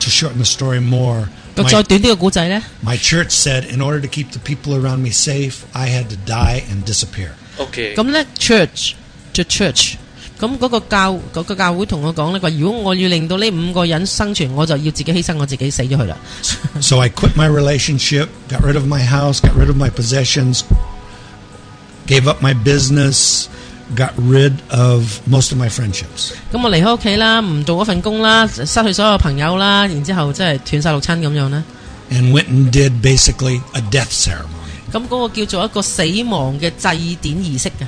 to shorten the story more,
個
my-
再短啲嘅古仔呢，
my church said in order to keep the people around me safe, I had to die and disappear.
OK，
咁呢 church to church，咁嗰個教嗰、個教會同我講呢，話如果我要令到呢五個人生存，我就要自己犧牲我自己死咗佢啦。
So I quit my relationship, got rid of my house, got rid of my possessions, gave up my business, got rid of most of my friendships.
咁我離開屋企啦，唔做嗰份工啦，失去所有朋友啦，然之後即係斷晒六親咁樣呢。
And went and did basically a death ceremony.
咁嗰個叫做一個死亡嘅祭典儀式嘅。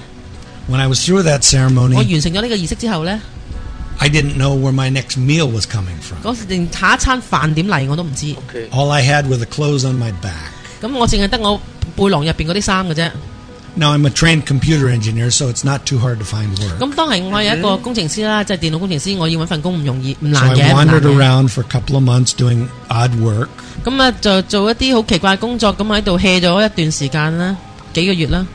When I was through with that
我
ceremony,
完成咗呢個儀式之後呢。
I didn't know where my next meal was coming from.
嗰時連下一餐飯點嚟我都唔知，
OK，
All I had were the clothes on my back.
咁我淨係得我背囊入邊嗰啲衫嘅啫。
Now I'm a trained computer engineer, so it's not too hard to find work.
咁當係我係一個工程師啦，即係電腦工程師，我要揾份工唔容易，唔
So
難
I
嘅。唔難
wandered
嘅
around for a couple of months doing odd work.
咁啊，就做一啲好奇怪嘅工作，咁喺度 hea 咗一段時間啦，幾個月啦。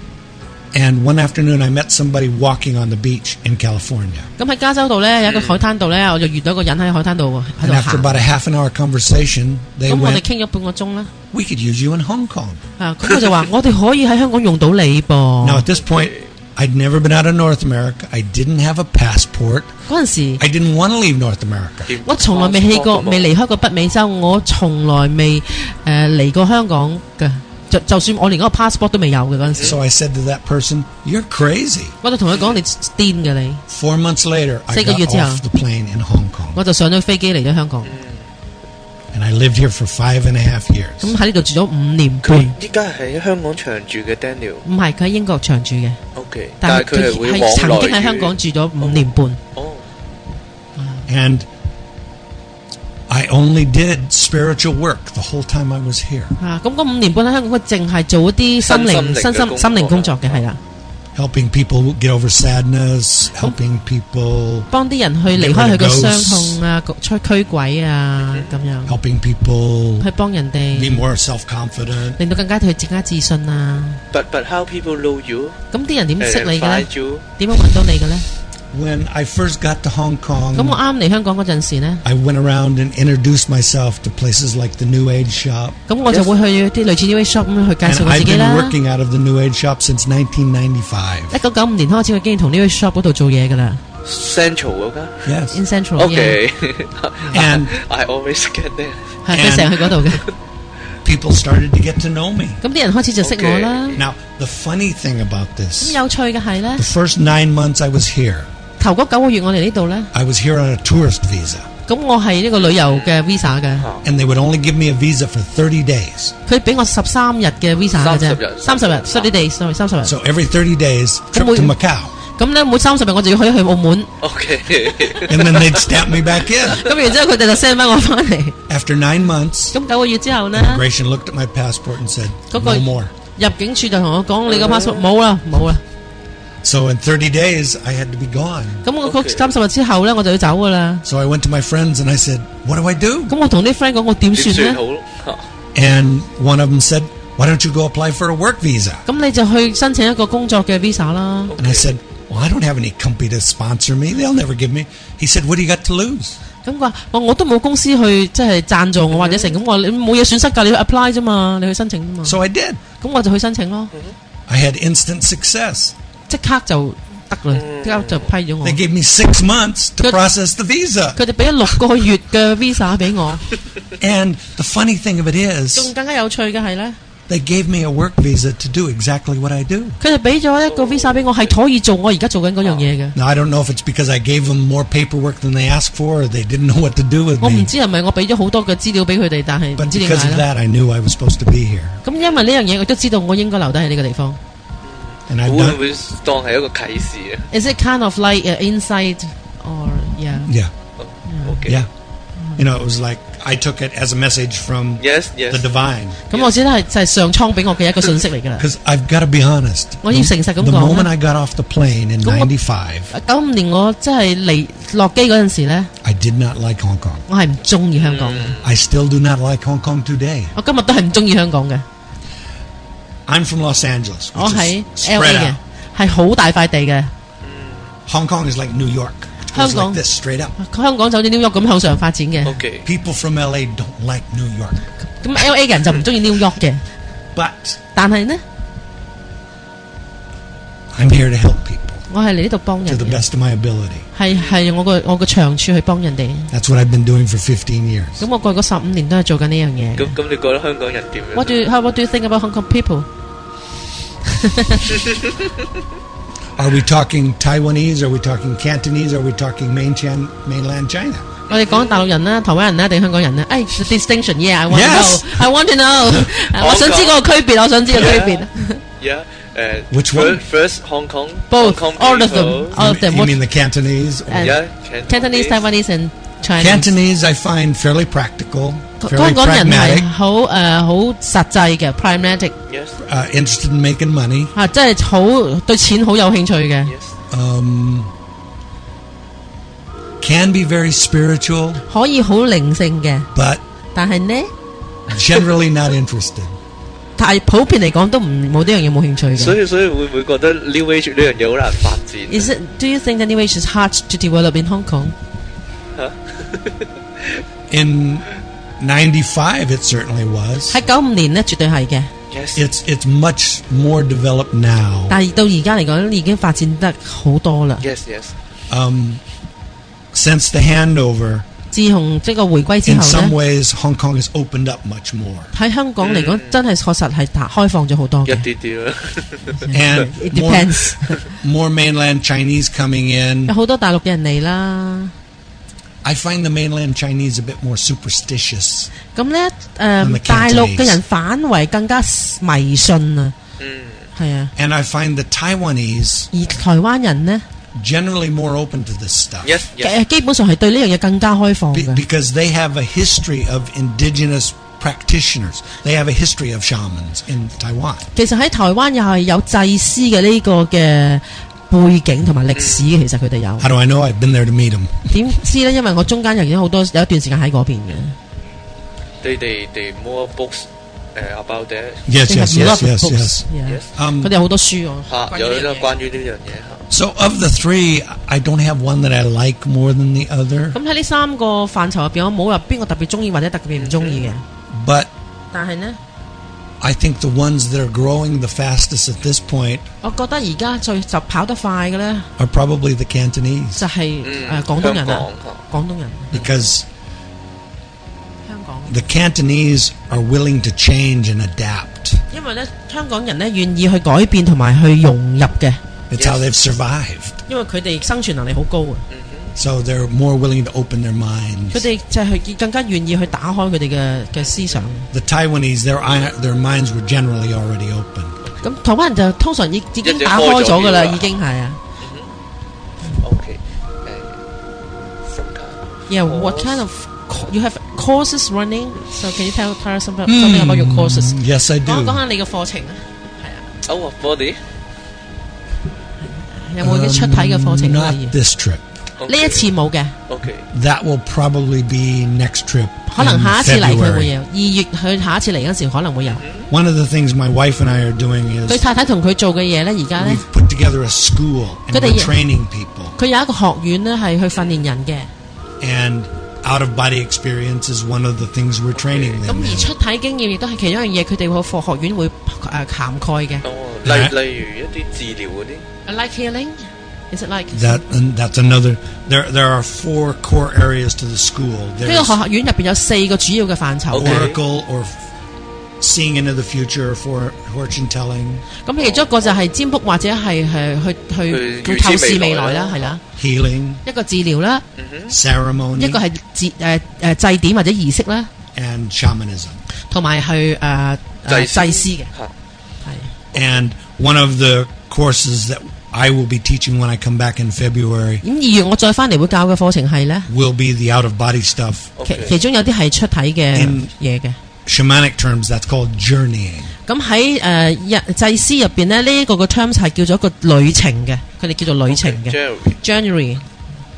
And one afternoon, I met somebody walking on the beach in California.
咁喺加州度呢，有一個海灘度呢，我就遇到一個人喺海灘度喎喺
And
度
after
行。
about a half an hour conversation, they
咁我哋
went,
傾咗半個鐘啦，
We could use you in Hong Kong.
啊，咁佢就話我哋可以喺香港用到你
Now,
噃。
at this point, I'd never been out of North America. I didn't have a passport.
嗰陣時。
I didn't want to leave North America.
我從來未去過，未離開過北美洲，我從來未誒呃嚟、過香港嘅。就就算我連嗰個 passport 都未有嘅嗰陣時，
So I said to that person, You're crazy.
我就同佢講你癲嘅你，
Four months later, I
Take a
got
year
off the
down.
plane in Hong Kong.
我就上咗飛機嚟咗香港，
And I lived here for five and a half years.
咁喺呢度住咗五年半，
佢依家喺香港長住嘅 Daniel，OK，
唔係佢喺英國長住嘅，
但係
但
佢
係
係會
佢
往
係曾
內
經喺香港
嘅
住咗五年半，
哦
And I only did spiritual work the whole time I was here,
啊咁嗰五年半喺香港佢淨係做一啲心
身心靈
靈
嘅
身心
工作
心靈工作嘅係啦，
helping people get over sadness, helping people,
幫啲人去離開佢嘅傷痛啊，驅驅鬼啊咁樣，
helping people
去幫人
be
哋，
more self-confident.
令到更加佢更加自信啊。
，but but how people know you
咁啲人點
and
識你嘅咧
find？you？
點樣揾到你嘅咧？
When I first got to Hong
咁我
Kong,
啱嚟香港嗰陣時咧，
I went around and introduced myself to places like the New Age Shop.
咁我就會去啲類似 New Age Shop 咁樣去介
And
紹我自
I've
己
been
啦。
working out of the New Age Shop since 1995.
一九九五年開始，我已經同 New Age Shop 嗰度做嘢噶啦
Central 嗰間
Yes.
，In Central
(laughs)
嘅，
，OK，I
And
always get there。
係佢成日去嗰度嘅。
people started to get to know me.
咁啲人開始就識我啦。
Now, the funny thing about
咁
this,
有趣嘅係咧
the，first nine months I was here,
頭嗰九個月我嚟呢度咧，
I was here on a tourist visa.
咁我係呢個旅遊嘅 visa 嘅，
And they would only give me a visa for 30 days.
佢俾我十三日嘅 visa 嘅
30日
啫，三十日，thirty days，sorry，三十日。
So every 30 days, trip to
we-
Macau.
咁咧每三十日我就要去一去澳 (laughs) 門，
OK，
And then they'd stamp me back in.
咁然之後佢哋就 send 翻我翻嚟。
After nine months,
咁九個月之後咧。
Immigration looked at my passport and said,
Có
no
coi-
more.
入境處就同我講：你個 passport 冇啦，冇啦。
So in 30 days, I had to be gone.
咁我
Okay
三十日之後咧，我就要走噶啦。
So I went to my friends and I said, What do I do?
咁我同啲 friend 講我點
點
算
算
呢？
好咯？嚇
And one of them said, Why don't you go apply for a work visa?
咁你就去申請一個工作嘅 visa 啦。
And I said, Well, I don't have any company to sponsor me. They'll never give me. He said, What do you got to lose?
咁佢話：我我都冇公司去即係贊助我或者成咁，我話你冇嘢損失㗎，你去 apply 啫嘛，你去申請啫嘛。
So I did.
咁我就去申請咯，
I had instant success.
即刻就得啦，即刻就批咗我
They。gave me six months to
Good.
process the visa.
佢哋俾咗六個月嘅 visa 俾我，
And the funny thing of it
(laughs) 仲
is,
更加有趣嘅係呢，
they gave me a work visa to do exactly what I do.
佢哋俾咗一個 visa 俾我，係可以做我而家做緊嗰樣嘢嘅。
Now, I don't know if it's because I gave them more paperwork than they asked for or they didn't (laughs) know what to do with
我唔
me.
知係咪我俾咗好多嘅資料俾佢哋，但係唔
But
知點
because
解
of
啦。
that, I knew I was supposed to be here.
咁因為呢樣嘢，我都知道我應該留低喺呢個地方。
And I've
會唔
done,
會當係一個啟示啊
Is it kind of like uh, an insight or yeah？
yeah,
？O K，
yeah. You know, it was like I took it as a message from
Yes, yes.
the divine.
咁我知得係就係上蒼俾我嘅一個信息嚟㗎啦。
Because I've got to be honest.
我要誠實咁
The
講啦。
moment I got off the plane in
咁我-
'95,
九五年我真係嚟落機嗰陣時咧，
I did not like Hong Kong.
我係唔中意香港嘅。
I still do not like Hong Kong today.
我今日都係唔中意香港嘅。
I'm from Los Angeles. which
我哦
is
喺 Oh, L
spread
A 嘅
out.，
係好大塊地嘅。
Hong Kong is like New York. It
Hong
goes
Kong.
like this straight up.
香港就好似 New York 咁向上發展嘅。
O K，
People from LA don't like New York,
咁 L A 嘅人就唔中意 New York 嘅，
but
但係呢，
I'm here to help people
我係嚟呢度幫
to
人
the
嘅，
best of my ability.
係係我個我個長處去幫人哋。
That's what I've been doing for 15 years.
咁我過去嗰十五年都係做緊呢樣嘢嘅。
咁咁你覺得香港人點樣
What do you, how, what do you think about Hong Kong people?
Are we talking Taiwanese? Are we talking Cantonese? Are we talking main Chan- mainland China?
我哋講大陸人啦、台灣人啦定香港人啦？誒、t h e distinction，yeah，I want to
Yes.
know，I want to know，我想知嗰個區別，我想知個區別。
(laughs) Yeah, uh,
Which
fir-
one?
First Hong Kong.
Both,
Hong Kong
all of
people.
them, all of
you
them.
mean, you
Oh, What, Uh,
mean the Cantonese? or-
And-
Yeah,
Cantonese, Taiwanese and Chinese。
Cantonese I find fairly practical,
香
fairly
港人係
pragmatic,
好誒好實際嘅 pragmatic
Yes,
uh, interested in making money.
啊，即係好對錢好有興趣嘅，
yes.
Um, can be very spiritual,
可以好靈性嘅，
but
但係呢，
generally not interested.
但係普遍嚟講都唔冇呢樣嘢冇興趣
所
嘅。
以所以會唔會覺得 New Age 呢樣嘢好難發展？
Is it, do you think anyway is hard to develop in Hong Kong？
In '95, it certainly was.
喺九五年呢，絕對係嘅。
yes,
It's it's much more developed now.
但係到而家嚟講，已經發展得好多啦。
yes, yes.
Um, since the handover,
自從即係個回歸之
in
後
some
呢，
ways, Hong Kong has opened up much more.
喺香港嚟講，真係確實係打開放咗好多
一
嘅。
啲啲啦。
And
It
more,
depends，
more mainland Chinese coming in.
有好多大陸嘅人嚟啦。
I find the mainland Chinese a bit more superstitious.
咁呢，誒、
the
大陸嘅人反為更加迷信啊。嗯，係啊。
And I find the Taiwanese
而台灣人呢，
generally more open to this stuff.
Yes,
基
yes.
基本上係對呢樣嘢更加開放
Be-
嘅。
because they have a history of indigenous practitioners. They have a history of shamans in Taiwan.
其實喺台灣又係有祭司嘅呢個嘅背景同埋歷史嘅，其實佢哋有
How do I know? I've been there to meet them.
點知呢？因為我中間又已經好多有一段時間喺嗰邊嘅。
They they they more books 誒 about that.
Yes,
They have
yes,
a lot
yes,
of
yes,
books.
yes.
Yeah.
Yes.
佢
Um,
哋有好多書我
嚇，
關於
有
呢
啦
樣嘢，
關於呢樣嘢嚇。
so of the three, I don't have one that I like more than the other.
咁喺呢三個範疇入邊，我冇話邊個特別中意或者特別唔中意嘅。
But
但係呢，
I think the ones that are growing the fastest at this point
我覺得而家最就跑得快嘅呢，
are probably the Cantonese
就係
嗯
誒廣東人啦
香港嚇，
廣東人，
because
香港。
the Cantonese are willing to change and adapt.
因為呢，香港人呢願意去改變同埋去融入嘅，
It's how
Yes.
they've survived.
因為佢哋生存能力好高啊。
So they're more willing to open their
佢
minds.
哋就係更加願意去打開佢哋嘅嘅思想。
The Taiwanese, their eye- their minds were generally already open.
咁台灣人就通常已已經
一隻
打開
開
咗㗎啦，
咗啲啦
已經係啊。
OK，誒，from
Yeah, what kind of co- you have courses running? So can you tell tell us something something about your courses?
Mm, yes, Hmm I
講
do.
講下你嘅課程啊。
out of body
有冇啲出體嘅課程可
Not
以？呢
this trip.
一次冇嘅，
OK，
That will probably be next trip.
可能
in
下一次嚟佢
February.
會有。二月佢下一次嚟嗰時可能會有。
One of the things my wife and I are doing
佢
is
太太同佢做嘅嘢呢，而家呢，
we've put together a school and
Good
we're
idea.
training people.
佢有一個學院呢，係去訓練人嘅。
And out of body experience is one of the things we're training
咁
them.
而
in.
出體經驗亦都係其中一樣嘢，佢哋個學學院會誒涵蓋嘅。
哦，
嗱
例例如一啲治療嗰啲，
Like healing, is it like？
That and that's another. There there are four core areas to the school.
呢個
There's
學院入邊有四個主要嘅範疇
好
嘅，
oracle or f- seeing into the future for fortune telling,
咁其中一個就係占卜或者係係去去
去
叫透視
預知
未
未
來
來
啦
啦，
係啦，
healing,
一個治療啦，
嗯
ceremony,
一個係節誒誒祭典或者儀式啦，
and shamanism.
同埋去誒誒
祭司
祭司嘅，
嚇
係
And one of the courses that I will be teaching when I come back in February
咁二月我再翻嚟會教嘅課程係咧，
will be the out of body stuff.
其
OK
其中有啲係出體嘅
In-
嘢嘅。
Shamanic terms, that's called journeying.
咁喺誒日祭司入邊咧，呢、一個個 terms 係叫做一個旅程嘅，佢哋叫做旅程嘅。
Jerry，
January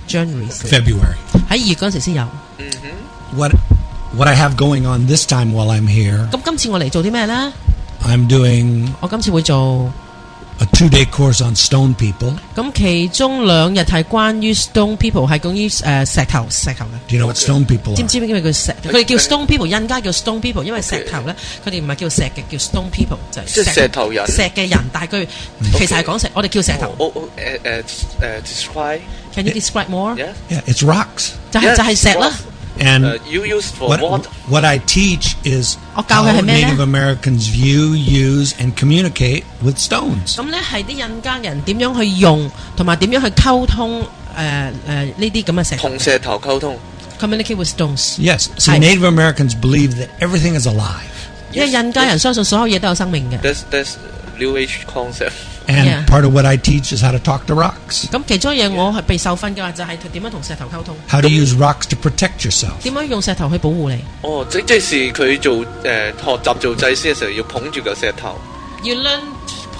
January 喺
February.
二月嗰陣時先有。
What what I have going on this time while I'm here,
咁今次我嚟做啲咩咧？
I'm doing
我今次會做
a two day course on stone people.
咁其中兩日係關於 stone people 係關於誒石頭石頭嘅。
Do you know what stone people
知
are?
唔知咩叫石？佢哋叫 stone people，印加叫 stone people，因為石頭咧，佢哋唔係叫石嘅，叫 stone people 就係
即係石頭人
石嘅人，但係佢其實係講石，我哋叫石頭。
我我誒誒誒 describe，yeah，
Can you describe more？
Yeah, it's rocks.
就係就係石啦。
And
Ờ, You use for
what
what？
what I teach is
Ở cao
how
hay mẹ
Native
đó?
Americans view, use, and communicate with stones.
咁咧係啲印加人點樣去用，同埋點樣去溝通誒誒呢啲咁嘅石頭
同石頭溝通，
communicate with stones。
Yes. See,
Hay.
Native Americans believe that everything is alive,
因為印加人相信所有嘢都有生命嘅。
That's that's new age concept。
and
Yeah.
part of what I teach is how to talk to rocks,
咁其中一樣我係被受訓嘅話，就係點樣同石頭溝通，
how to use rocks to protect yourself.
點樣用石頭去保護你。
哦，即即是佢做誒學習做祭司嘅時候，要捧住嚿石頭。
You learn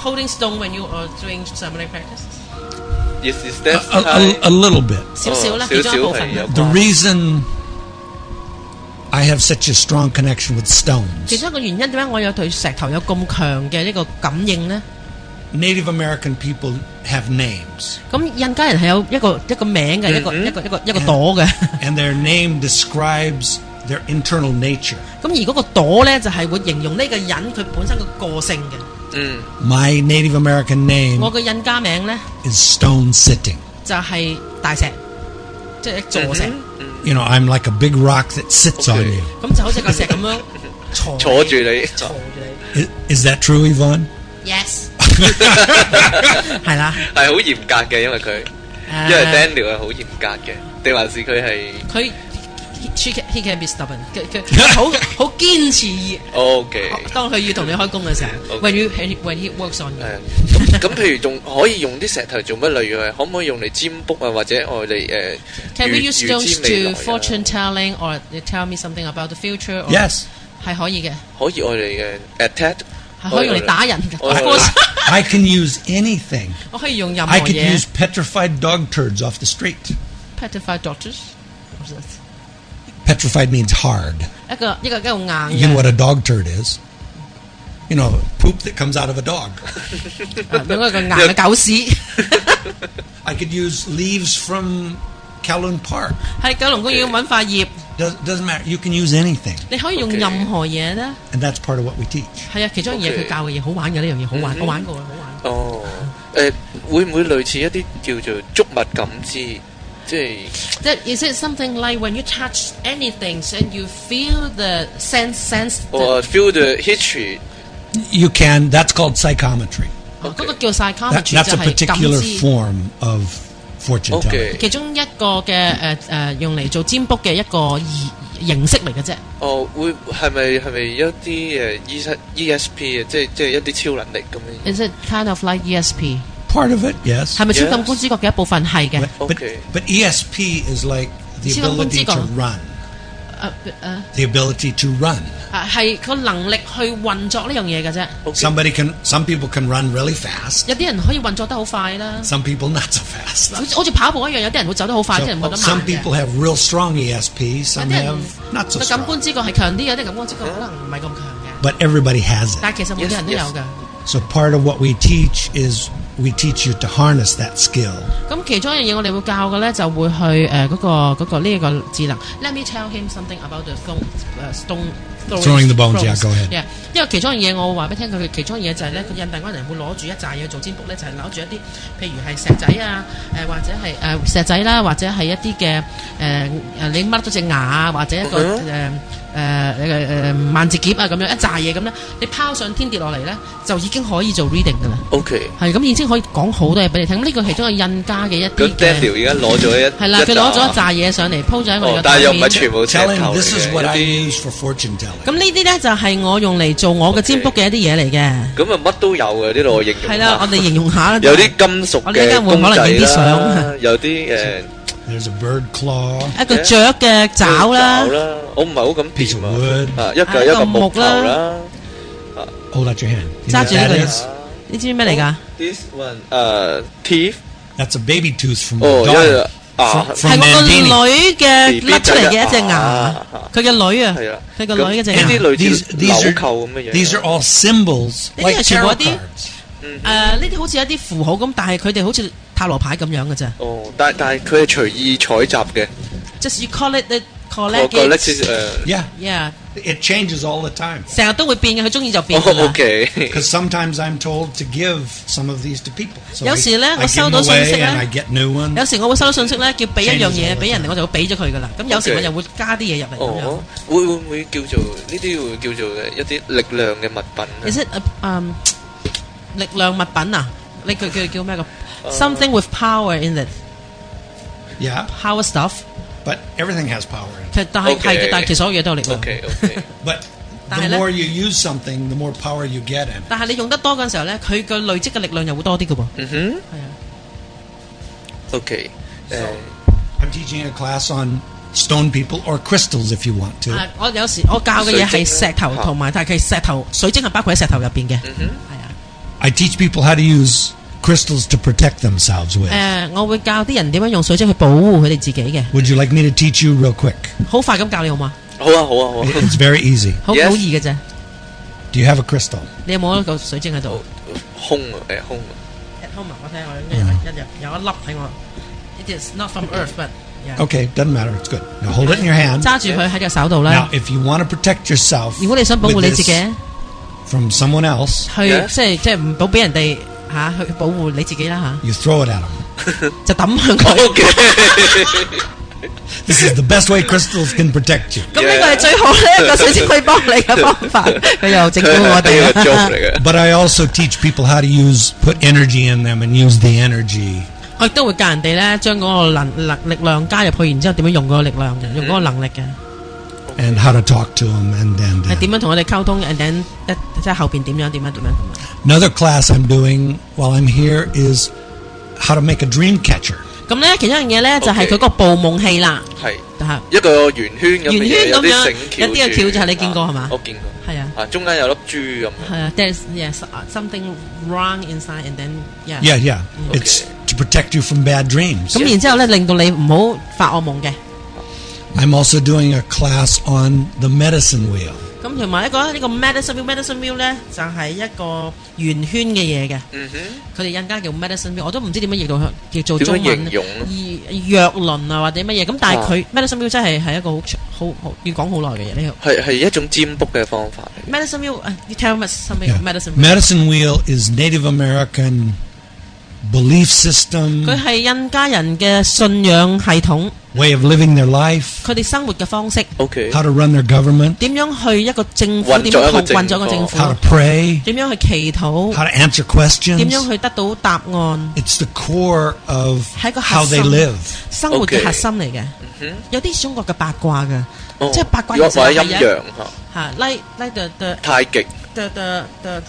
holding stone when you are doing ceremony practice。
Yes, is
A,
that
a- a- a little bit.
少少啦，
哦
其中一部分啦
少少係有。
The reason I have such a strong connection with stones.
其中一個原因點解我有對石頭有咁強嘅呢個感應呢？
Native American people have names,
咁印加人係有一個一個名嘅，一個一個一個一個朵嘅。
and their name describes their internal nature.
咁而嗰個朵呢，就係會形容呢個人佢本身嘅個性嘅。
嗯
My Native American name
我嘅印加名呢，
is Stone Sitting.
就係大石，即係一座石，
嗯
You know, I'm like a big rock that sits on
Okay.
you.
咁就好似個石咁
(laughs)
樣坐
坐住你
坐住你。
I- Is, that true, Yvonne?
Yes，係啦。
係好嚴格嘅，因為佢
啊
因為 Daniel 係好嚴格嘅，定還是佢係
佢 he can he can be stubborn，佢
(laughs)
佢好好堅持。
哦 OK
當佢要同你開工嘅時候
Okay.
，when you when he works on you，
誒咁咁，譬如仲可以用啲石頭做乜？例如係可唔可以用嚟占卜啊，或者我哋誒
Can we
預
use stones
預知未來
to
啊
fortune telling or you tell me something about the future? or-
Yes.
係可以嘅，
可以我哋誒 attack，
係啊可以用嚟打人嘅。
我
Of course，
I can use anything.
我可以用任何
I could
嘢
use。petrified dog turds off the street.
Petrified doctors，What's that?
Petrified means hard.
一個一個 (laughs) 一個硬
You
嘅
know what a dog turd is? You know, poop that comes out of a dog.
啊，用一個硬嘅狗 (laughs) 屎。
I could use leaves from Kowloon Park.
喺九龍公園揾塊 (laughs) 葉，
Does, doesn't matter. You can use anything.
你可以用
Okay.
任何嘢咧。
And that's part of what we teach.
係啊，其中一樣嘢
Okay.
佢教嘅嘢好玩嘅，呢樣嘢好玩，我玩過嘅，好玩。
哦誒，會唔會類似一啲叫做觸物感知，即係？
That is it something like when you touch anything and you feel the sense sense the-
or feel the history
You can. That's called psychometry.
哦嗰個叫 psychometry
That, that's
就
a
係
particular
感知。
form of fortune telling.
OK
其中一個嘅誒誒用嚟做占卜嘅一個儀形式嚟嘅啫。
哦，會係咪係咪一啲誒 E S E S P 啊，即係即係一啲超能力咁樣？
Is it kind of like E ESP？
Part of it, yes.
係咪超
Yes
感官知覺嘅一部分？係嘅
But,。but,
Okay.
but ESP E is like the
Silang
ability to
puntikan.
run.
誒誒
the ability to run.
誒係個呃能力去運作呢樣嘢嘅啫。
Somebody can, some people can run really fast.
有啲人可以運作得好快啦，
Some people not so fast.
好似好似跑步一樣，有啲人會走得好快，啲人會
So,
得慢
some
嘅
people 啊 have real strong ESP.
有
Some
啲人
have not so
個感
strong.
官知覺係強啲，有啲感官知覺可能唔係咁強嘅。
But everybody has it.
但係其實每個人都有㗎。
So part of what we teach is we teach you to harness that skill.
咁其中一樣嘢我哋會教嘅咧，就會去誒嗰個嗰個呢一個智能。Let me tell him something about the stone 誒 stone
Throwing the bones, yeah, go ahead.
Yeah，因為其中一樣嘢我話俾你聽，佢其中一樣嘢就係咧，佢印第安人會攞住一紮嘢做占卜咧，就係攞住一啲譬如係石仔啊，誒或者係誒石仔啦，或者係一啲嘅誒誒你掹咗隻牙啊，或者一個呃誒
嗯。
誒誒誒萬字夾啊咁樣一紮嘢咁咧，你拋上天跌落嚟咧，就已經可以做 reading 噶啦。
OK，
係咁，已經可以講好多嘢俾你聽。咁呢個其中嘅印加嘅一啲
咁 Daniel
嘅
而家攞咗一
係啦，佢攞咗一紮嘢上嚟鋪咗喺我哋
哦
嘅，
但係又
台
唔
面。
係全部石
Telling
頭嚟
this is
嘅
what I
一
use for fortune telling.
咁呢啲咧就係我用嚟做我嘅占卜嘅一啲嘢嚟嘅。
啲，咁啊乜都有嘅呢度我形容。
係啦，我哋形容下啦。
有啲金屬
我哋一
嘅
間會
公
可
仔
能影啲
啦
相，
有啲誒
There's a bird claw.
一個雀嘅爪啦，
我唔係好敢掂
Wood
啊，啊一嚿一
一個
個木
木
頭
啦
啦。
Hold out your hand. You know what
Touch
that
it.
is?
你知唔知咩嚟㗎？
This one，誒 teeth，
That's a baby tooth from
Oh,
the daughter.
yeah, Ah, yeah.
From, from
係我個
Nandini.
女嘅
BB
甩出嚟嘅一隻
仔
牙
啊啊，
佢嘅女啊
係啦，，
佢個女嘅隻
咁呢
牙
啲。類似
These, these,
紐扣
are,
咁嘅嘢。
these are all symbols
These
like
are
tarot
what?
cards.
誒，呢啲好似一啲符號咁，但係佢哋好似塔羅牌咁樣嘅咋。
哦，但但係佢係隨意採集嘅，
Just you call it the
我
collect
個 l e
it。
x 誒
Yeah,
Yeah，
it changes all the time.
成日都會變嘅，佢中意就變㗎啦。
哦，OK，
Because sometimes I'm told to give some of these to people. So
有時呢，
I, I give
我收到
them away
信息呢，
and I get new ones.
有時我會收到信息咧，叫俾一樣
Changes all
嘢
the
俾人哋，
time.
我就會俾咗佢噶啦。咁有時
Okay
我就會加啲嘢入嚟咁樣
哦。，會會唔會叫做呢啲會叫做一啲力量嘅物品啊
Dạ,
Is it a- 嗯力量物品啊？你佢佢叫咩個
呃
？Something with power in it,
Yeah,
power stuff。
but everything has power in it.
其實但係
Okay
係嘅，但係其實所有嘢都有
dạ.
力量。
？OK
(laughs)
OK，
But the
Tahala.
more you use something, the more power you get in it.
但係你用得多嘅時候咧，佢嘅累積嘅力量又會多啲嘅喎。
嗯哼
係啊，
，OK，誒 Ờ,
I'm teaching a class on stone people or crystals if you want to.
啊我有時我教嘅嘢
水晶哦嗯
係石
啦
頭
嚇
同埋，但係佢石頭水晶係包括喺石頭入邊嘅。係啊。
I teach people how to use crystals to protect themselves with.
啊誒，我會教啲人點樣用水晶去保護佢哋自己嘅。
Would you like me to teach you real quick?
好快咁教你好嘛？
好啊好啊好啊
(laughs) It- It's very easy.
好好
Yes
易嘅啫。
Do you have a crystal?
你有冇一個水晶喺度？
空啊誒空啊，
at home 啊，我睇我有一日有一粒喺我。It is not from Earth, but yeah.
Okay, doesn't matter. It's good. Now hold it in your hand.
揸住佢喺隻手度
Now,
啦。
if you want to protect yourself
如果你想保護
with
你自己，
this from someone else,
去
Yeah.
即係即係唔好俾人哋嚇去保護你自己啦
you throw it at them.
嚇，就抌向
à,
佢。
OK，
This is the best way crystals can protect you.
咁呢個係最好呢一個水晶可以幫你嘅方
(laughs)
法。佢又整
佢 (laughs)
à,
蠱我
係一個 joke
哋
嚟嘅，
But I also teach people how to use, put energy in them and use the energy.
我亦都會教人哋咧，將嗰個能能力量加入去，然之後點樣用嗰個力量
Ừ.
嘅，用嗰個能力嘅，
and how to talk to them and, and,
係
and.
點樣同佢哋溝通，and then 一即係後邊點樣點樣點樣咁樣。
another class i'm doing while i'm here is how to make a dream catcher
咁咧，其中一樣嘢咧就係
OK
佢個捕夢器啦，
係
嚇。
一個圓圈咁嘅
圓
嘢，
圈咁
有啲
樣
繩
有啲嘅翹
翹
住
住
係你見過係嘛
我見過。
係啊。
à.
啊，中間有粒珠咁樣。
Uh, there's yes uh, something wrong inside and then yeah.
yeah yeah it's
Okay.
to protect you from bad dreams
咁然之後咧，令到你唔好發惡夢嘅。
i'm also doing a class on the medicine wheel
咁同埋一個呢個 medicine wheel medicine wheel 咧，就係一個圓圈嘅嘢嘅。
嗯哼，
佢哋印間叫 medicine wheel，我都唔知點樣譯到叫做中
點樣形
文
容
醫藥論啊或者乜嘢。咁但係佢 medicine wheel 真係係一個好長好好要講好耐嘅嘢呢
係係一種占卜嘅方法嚟。
個 medicine wheel 啊，you tell me something
Yeah.
about medicine wheel。
medicine wheel is native american belief system
佢係印加人嘅信仰系統，
way of living their life
佢哋生活嘅方式，
O K，
how to run their government
點樣去一個政府
運
點
作
樣
一個
控運咗個
政府
政府
how to。pray
點樣去祈禱，
how to answer
點
questions
樣去得到答案，
it's the core of
係一個
how
核
they
心
live
生活
Okay
嘅核心嚟嘅。有啲中國嘅八卦嘅，
哦
即係八卦
或
其實
者陰
係一
陽嚇，
嚇，like like the the
太極
the the the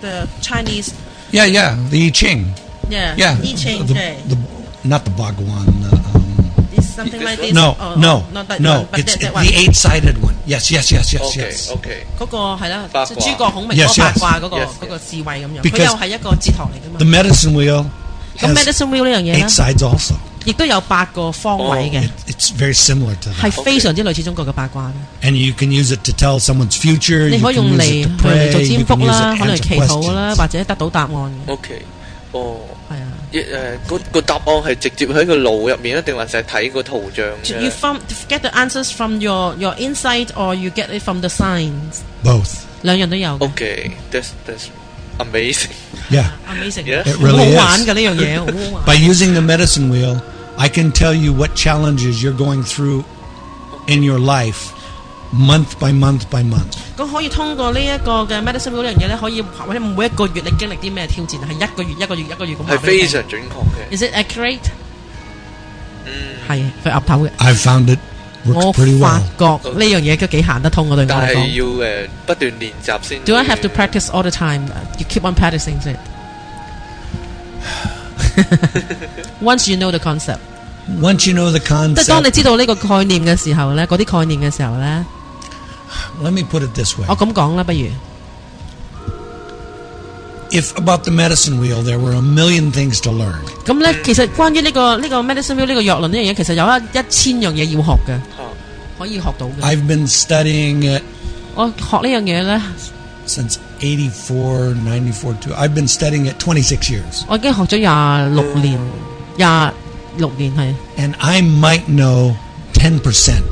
the Chinese
yeah yeah the i ching
yeah
Yeah.
Uh, I Ching
the,
yeah
the- not the Bhagwan. Uh, um,
this something
This
like
one?
this.
No,
Oh,
no,
not that
no.
one, but
it's
that, that
the
one.
eight-sided one. Yes, yes, yes, yes,
OK
yes.
OK，
嗰個係啦，
八
即係
卦
諸葛孔明
Yes,
嗰個八
yes.
卦嗰個
Yes,
嗰個智慧咁樣，佢
Because-
又係一個哲學嚟噶嘛
The。medicine wheel
咁
has
medicine wheel 呢樣嘢
eight
咧，
sides also.
亦都有八個方位嘅
It,，it's very similar to that.
係非常之類似中國嘅八卦嘅。
And you can use it to tell someone's future.
你
You
可
can
以用
use
嚟
it
去
to pray.
做
You
占
can
卜
use
啦，
it
可
to
能
answer
祈禱啦，
questions.
或者得到答案嘅。
OK，哦，
係啊，
一誒個個答案係直接喺個腦入面，定還是係睇個圖像啫
you from get the answers from your your insight or you get it from the signs，
Both.
兩樣都有
Oh。
嘅。
？OK，that's that's amazing。
Yeah.
Amazing，
Yeah.
It
好好
really
玩
is.
嘅呢樣嘢，好好
(laughs)
By
玩。
using the medicine wheel, I can tell you what challenges you're going through in your life month by month by month.
咁可以通過呢一個嘅 medicine wheel 呢樣嘢咧，可以或者每一個月你經歷啲咩挑戰，係一個月一個月一個月咁話
係
俾你
非
聽。
常準確嘅，
Is it accurate？係佢岌頭嘅。
I've found it
我
works pretty
發
well.
覺呢樣嘢都幾行得通嘅對我
但
嚟
係
講。
要誒不斷練習先。
Do I have to practice all the time? You keep on practicing it. (laughs) Once you know the concept，
Once you know the
即係當你
concept,
知道呢個概念嘅時候咧，嗰啲概念嘅時候咧，
let me put it this way.
我咁講啦，不如
If about the medicine wheel there were a million things to learn,
咁咧，其實關於呢個呢個 medicine wheel 呢個藥論呢樣嘢，其實有一一千樣嘢要學嘅，
啊？
可以學到嘅。
I've been studying it
我學呢樣嘢咧，
since 84, 94, two. I've been studying it 26 years.
我已經學咗廿六年，廿六年係。
And I might know 10%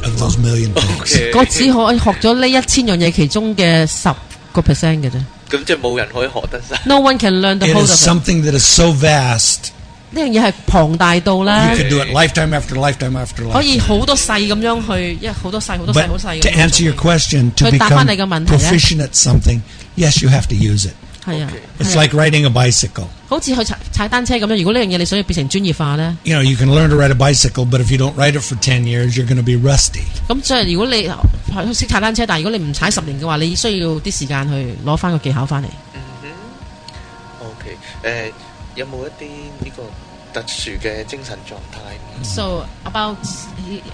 of those million things.
我只可以學咗呢一千樣嘢其中嘅十個 percent 嘅啫。
咁即係冇人可以學得晒。
No one can learn the
It
whole of
is
it。
something that is so vast,
呢樣嘢係龐大到咧
you，could do it lifetime after lifetime after
可以
lifetime.
好多細咁樣去，因為好多細好多細好
But
細咁樣
to answer your
做
question, to
佢答返
become
你嘅問題呢？
proficient at something, yes, you have to use it.
係啊
Okay.，
It's
係啊
like riding a bicycle.
好似去踩踩單車咁樣。如果呢樣嘢你想要變成專業化咧，
You know, you can learn to ride a bicycle, but if you don't ride it for 10 years, you're going to be rusty.
咁即係如果你識踩單車，但係如果你唔踩十年嘅話，你需要啲時間去攞翻個技巧翻嚟。
OK，誒 ờ, 有冇一啲呢個特殊嘅精神狀態？
So about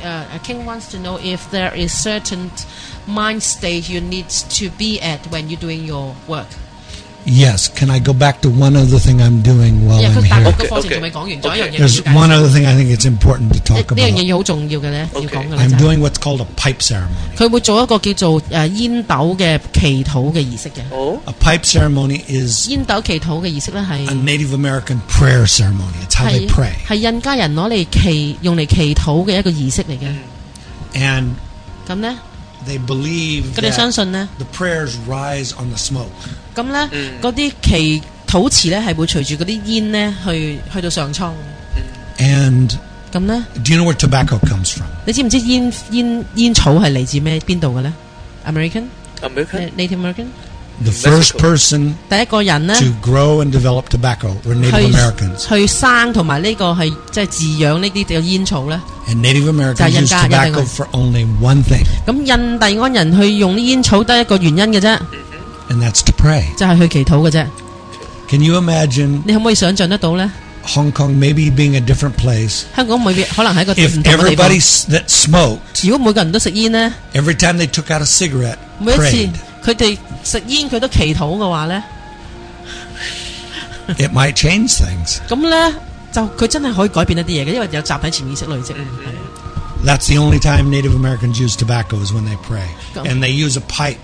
uh, King wants to know if there is certain mind state you need to be at when you're doing your work。
Yes, can I go back to one other thing I'm doing while
因為
I'm
佢大
here?
陸
Okay,
個課程
okay.
仲未講完，仲有一樣嘢
There's
要介紹
one other thing I think it's important to
呢
talk
呢樣
about.
嘢好重要嘅咧，要
Okay.
講嘅咧
I'm
就係
doing what's called a pipe ceremony.
佢會做一個叫做誒煙斗嘅祈禱嘅儀式嘅。
哦
A pipe ceremony is
煙斗祈禱嘅儀式咧
a
係
Native American prayer ceremony. It's how they
係
pray.
係印加人攞嚟祈用嚟祈禱嘅一個儀式嚟
嗯
嘅。
And
咁呢，
they believe
佢哋相
that
信呢，
the prayers rise on the smoke.
咁呢，
嗯
嗰啲祈禱池呢係會隨住嗰啲煙呢去去到上蒼。
And
咁呢，
do you know where tobacco comes from?
你知唔知煙煙煙草係嚟自咩邊度嘅呢 a m e r i c a n
，American
Native American，
The first person
第一個人呢。
to grow and develop tobacco were Native
去
Americans.
去生同埋呢個係即係飼養呢啲嘅煙草呢。
And Native Americans used
Jayanka-
tobacco
Jayanka.
for only one thing,
咁印第安人去用啲煙草得一個原因嘅啫，
嗯 and that's to pray.
就係、去祈禱嘅啫。
Can you imagine
你可唔可以想象得到呢？
Hong Kong maybe being a different place
香港每邊可能係一個唔
if
同嘅地方
everybody。s- that smoked
如果每個人都食煙呢，
every time they took out a cigarette
每一次
prayed?
佢哋食煙佢都祈禱嘅話呢，
It might change things.
咁呢，就佢真係可以改變一啲嘢嘅，因為有集體潛意識累積。
嗯
係啊
That's the only time Native Americans use tobacco is when they pray,
Go.
and they use a pipe.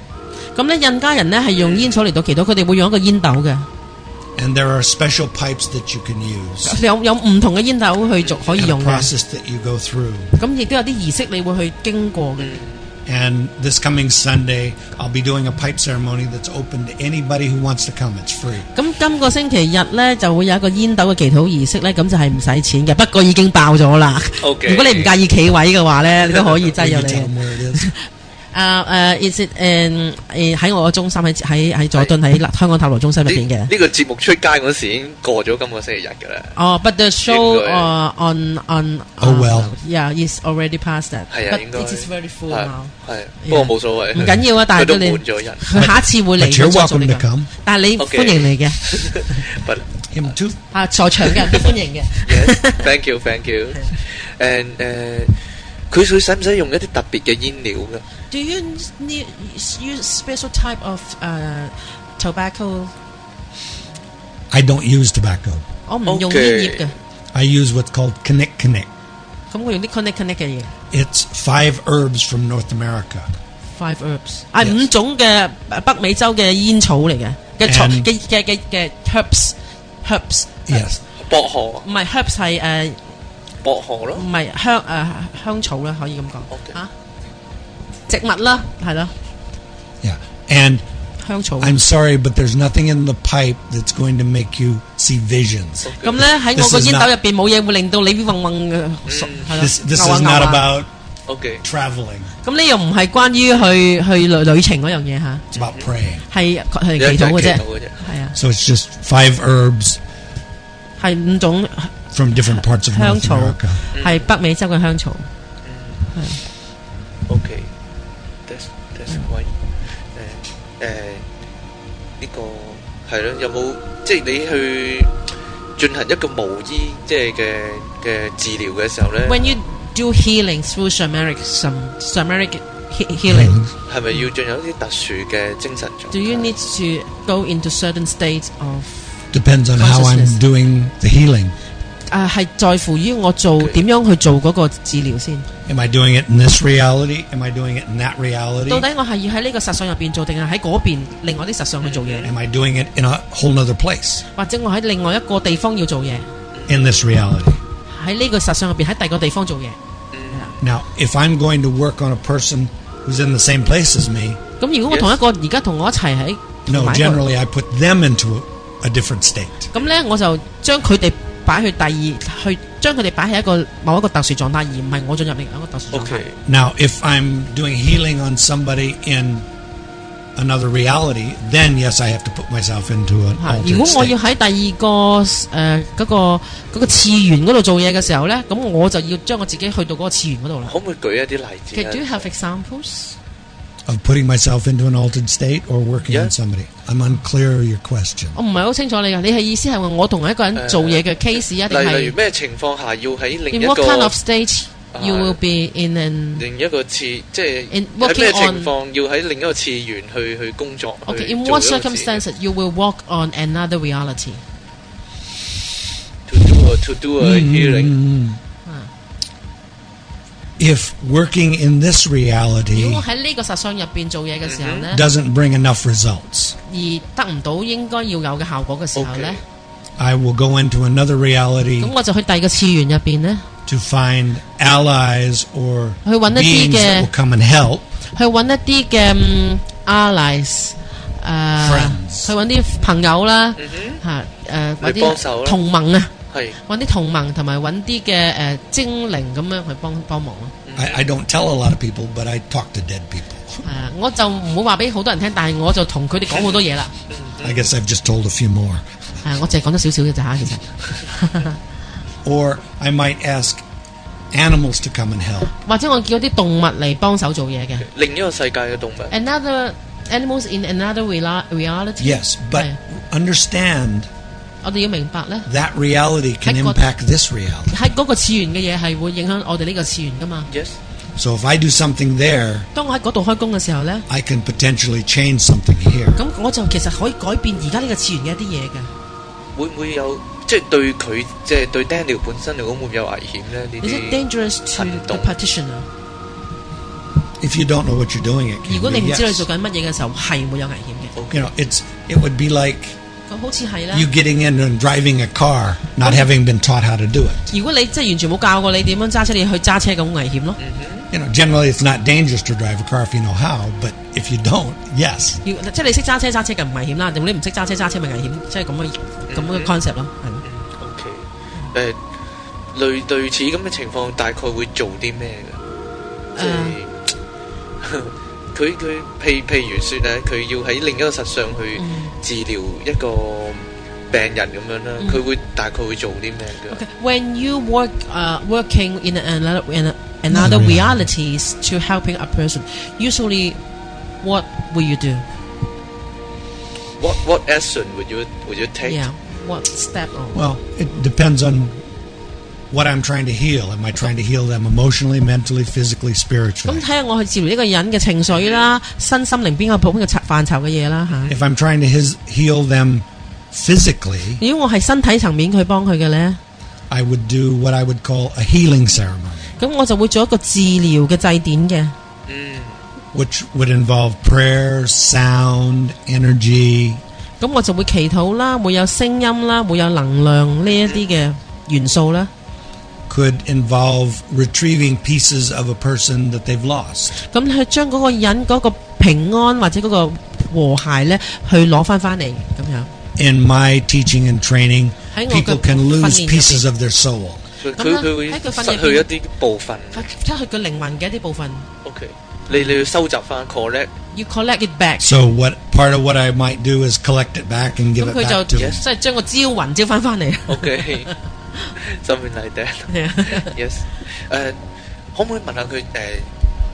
咁呢，印加人呢係用煙草嚟到祈禱，佢哋會用一個煙斗嘅，
And there are special pipes that you can use,
有有唔同嘅煙斗去做可以
and a
用嘅。
process that you go through.
咁亦都有啲儀式你會去經過嘅。
And this coming Sunday, I'll be doing a pipe ceremony that's open to anybody who wants to come. It's free.
咁今個星期日呢，就會有一個煙斗嘅祈禱儀式呢，咁就係唔使錢嘅，不過已經爆咗啦。
OK
如果你唔介意企位嘅話
(laughs)
呢，你都可以擠入
Will you tell
嚟
them。where it (laughs) is?
啊誒，is it 誒誒喺我嘅中心喺喺喺佐敦喺香港塔羅中心入邊
呢
嘅。
呢個節目出街嗰時已經過咗今個星期日㗎啦。
哦，but the show
應該
呃 on on
Oh, well.
yeah is already past that。
係啊，應該
But it is very full
係
now。
係，不過冇所謂。
唔緊要啊，但
佢
係
都
佢
滿
哋
咗人。
佢下一次會嚟
But
嘅。
you're
再做
welcome
呢
to
個
come.
但係你
Okay
歡迎你嘅，
But
Him too.
啊在場嘅人都歡迎嘅。
yes,
(laughs)
thank you, thank you. and uh, 誒，佢佢使唔使用一啲特別嘅煙料嘅？
Do you need use special type of 誒 tobacco？
I don't use tobacco.
我唔用
Okay.
煙葉嘅，
I use what's called Connect Connect.
咁我用啲 connect connect 嘅嘢
It's five herbs from North America.
，five herbs，啊 À,
Yes.
五種嘅北美洲嘅煙草嚟嘅嘅草
And-
嘅嘅嘅嘅 herbs herbs。
Yes.
薄荷啊，
唔係 herbs à, 係誒
薄荷咯
唔。係香誒、呃香草啦，可以咁講
Okay.
啊植物啦，係咯
Yeah. And
香草。
I'm sorry, but there's nothing in the pipe that's going to make you see visions.
咁咧喺我
This
個
is
煙
not- Mm.
斗入邊冇嘢會令到你嗡嗡嘅，係
This
咯
this
牛啊
is
牛
not
啊。
about
OK，
traveling.
咁呢又唔係關於去去旅旅程嗰樣嘢嚇，
It's about praying.
係係
一
祈
隻
禱嘅啫
祈禱，嘅啫
係啊，
So it's just five herbs
係五種
from different parts of
香
North
草
America.，
係北美洲嘅香草。
OK。That's that's Uh, why 誒誒呢個係咯，有冇即係你去進行一個無醫即係嘅嘅治療嘅時候咧，
When you do healing through shamanic some shamanic he- healing。
係咪要進入一啲特殊嘅精神狀
Do you
態？
need to go into certain states of
Depends on how I'm
Consciousness.
doing the healing.
啊？係在乎於我做
Okay.
點樣去做嗰個治療先。
Am I doing it in this reality? Am I doing it in that reality?
到底我係要喺呢個實相入邊做，定係喺嗰邊另外啲實相去做嘢呢？
Am I doing it in a whole nother place
或者我喺另外一個地方要做嘢，
in this reality?
喺呢個實相入邊喺第二個地方做嘢？
Now, if I'm going to work on a person who's in the same place as me,
咁如果我
Yes.
同一個而家同我一齊喺
no,
埋一個
generally I put them into a, a different state.
咁呢，我就將佢哋擺去第二，去將佢哋擺喺一個某一個特殊狀態，而唔係我進入另外一個特殊狀
OK
態。。
Now, if I'm doing healing on somebody in another reality, then yes, I have to put myself into an
嚇
altered
啊如果我
state.
要喺第二個誒嗰、個嗰、個次元嗰度做嘢嘅時候咧，咁我就要將我自己去到嗰個次元嗰度啦。
可唔可以舉一啲例子
Okay, do you
啊？
have examples?
Of putting myself into an altered state or working
Yeah.
on somebody. I'm unclear of your question.
我唔係好清楚你啊嘅，你係意思係話我同一個人做嘢嘅 case 啊，定
呃例例如
係
咩情況下要喺另
in
一啊
what kind
個
of stage you will be in an
另一個次，即係
In
喺
working
咩情況要喺另一個次元去去工作
okay
去
in
做
what
一個次元
circumstances you will walk on another reality？
to do a to do a
Hmm
healing
If working in this
如
reality
果我喺呢個實相入邊做嘢嘅時候
嗯
咧，
doesn't bring enough results,
而得唔到應該要有嘅效果嘅時候咧
Okay.，
I will go into another reality
咁我就去第二個次元入邊咧。
to find allies or
去搵一啲嘅-
beings that will come and help.
去揾一啲嘅嗯 allies，誒、
Friends
去揾啲朋友啦，嚇誒揾
你嗯幫手
啲
啦
同盟啊，
係
揾啲同盟同埋揾啲嘅誒精靈咁樣去幫幫
(laughs)
忙咯。
I, I don't tell a lot of people, but I talk to dead people.
係啊，我就唔會話俾好多人聽，但係我就同佢哋講好多嘢啦。 (laughs)
I guess I've just told a few more.
係啊，我淨係講咗少少嘅咋，其實
Or I might ask animals to come and help.
或者我叫啲動物嚟幫手做嘢嘅。
另一個世界嘅動物。
Another animals in another reala- reality。
Yes, but
係
understand
我哋要明白咧，
that reality can
I got-
impact this reality.
喺嗰個次元嘅嘢係會影響我哋呢個次元噶嘛。
Yes，
So if I do something there,
當我喺嗰度開工嘅時候咧。
I can potentially change something here.
咁我就其實可以改變而家呢個次元嘅一啲嘢嘅。
會唔會有即係對佢即係對 Daniel 本身嚟講會唔會有危險咧？呢
Is it
啲
dangerous to
行
the
動
practitioner？
If you don't know what you're doing, it
如
can
果
be,
你唔知道你
yes.
做緊乜嘢嘅時候，係會有危險
You know, it's it would be like
嘅。咁好似係啦。
you getting in and driving a car, not having been taught how to do it.
如果你即係完全冇教過你點樣揸車，你去揸車咁危險咯。
You know, generally it's not dangerous to drive a car if you know how, but if you don't, yes.
要即係你識揸車揸車梗唔危險啦，咁你唔識揸車揸車咪危險，即係咁嘅
嗯
咁嘅 concept 咯。係咯
OK Ờ, 誒類類似咁嘅情況，大概會做啲咩嘅？即係佢佢譬譬如說咧，佢要喺另一個實相去治療一個病人咁樣啦，佢會大概會做啲咩嘅？
Okay, when you work uh, working in another in another
Another
realities to helping a person, usually what will you do?
What what action would you would you take?
Yeah, what step or
Well, it depends on what I'm trying to heal. Am I trying to heal them emotionally, mentally, physically, spiritually?
咁睇下我去治療呢個人嘅情緒啦、身心靈邊個普遍嘅範疇嘅嘢啦嚇。
If I'm trying to his, heal them physically,
如果我係身體層面去幫佢嘅呢，
I would do what I would call a healing ceremony,
咁我就會做一個治療嘅祭典嘅。
which would involve prayer, sound, energy,
咁我就會祈禱啦，會有聲音啦，會有能量呢一啲嘅元素啦。
could involve retrieving pieces of a person that they've lost.
咁去將嗰個人嗰個平安或者嗰個和諧呢，去攞翻翻嚟咁樣。
In my teaching and training,
Hang on,
people
good-
can lose
funny,
pieces of their soul.
佢
咁
佢
啦
佢會
喺佢訓
失
練
去一啲部分。
即係佢嘅靈魂嘅一啲部分，
OK，你你要收集翻 collect
(laughs) 要 collect it back。
So what part of what I might do is collect it back and give
咁
it
佢就
back to them.
即係將個招魂招翻翻嚟。
OK，something like that。
係啊
Yes，誒，Ờ, 可唔可以問下佢誒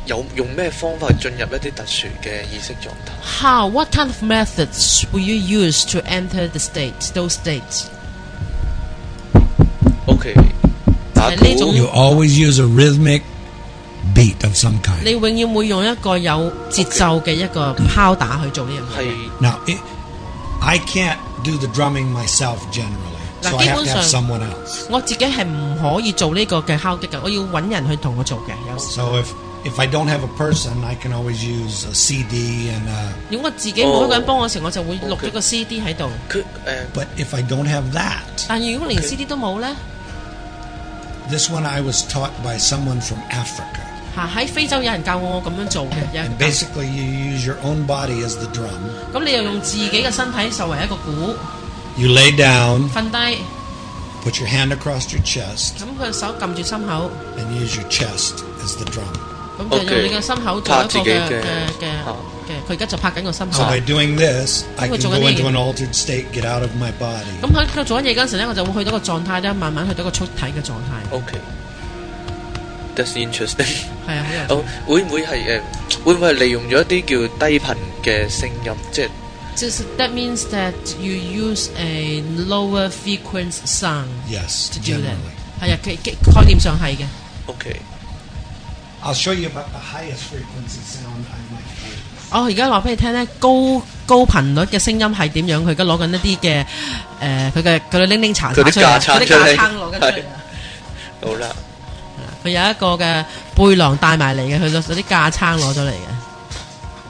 有用咩方法進入一啲特殊嘅意識狀態？
How? What kind of methods will you use to enter the states? Those states?
O.K. 打
呢種
You
鼓
always use a rhythmic beat of some
你
kind.
永遠會用一個有節奏嘅一個拋打去做呢樣嘢。
係
Now, it, I can't do the drumming myself generally, so
Now,
I have to have
keep on, sir.
someone else.
我自己係唔可以做呢個嘅敲擊嘅，我要揾人去同我做嘅。有時
So if if I don't have a person, I can always use a CD and uh, a,
如果我自己冇一個人幫我嘅時候，我就會錄咗個 CD 喺度。
佢誒
but if I don't have that,
但如果連 CD 都冇呢，
this one I was taught by someone from Africa.
嚇啊喺非洲有人教我咁樣做嘅，有人
And basically, you use your own body as the drum.
咁你又用自己嘅身體作為一個鼓
You lay down,
瞓低，
put your hand across your chest,
咁佢手撳住心口，
and use your chest as the drum.
咁就
Okay
用你嘅心口做一個
拍自己
嘅
嘅啊哦
嘅嘅
嚇
嘅，佢而家就拍緊個心
So
口。
by doing this, I
Ủa,
can
chỗ cái
go
này-
into an altered state, get out of my body.
咁喺佢做緊嘢嗰陣時咧，我就會去到個狀態咧，慢慢去到一個出體嘅狀態，
O.K. That's interesting。 (laughs) Ờ,
係啊，好有趣
哦，會唔會係誒？會唔會係利用咗一啲叫低頻嘅聲音？即係
即係 that means that you use a lower frequency sound
Yes,
to do
generally.
that。係啊，佢佢概念上係嘅。
OK，
I'll show you about the highest frequency sound I might
我哦而家話俾你聽咧，高高頻率嘅聲音係點樣？佢而家攞緊一啲嘅誒，佢嘅佢嘅拎拎查查
佢啲
出嚟，啊
架撐
佢啲
出
架
嚟
撐攞緊出嚟啊
係。好啦，
佢有一個嘅背囊帶埋嚟嘅，佢攞啲架撐攞咗嚟嘅。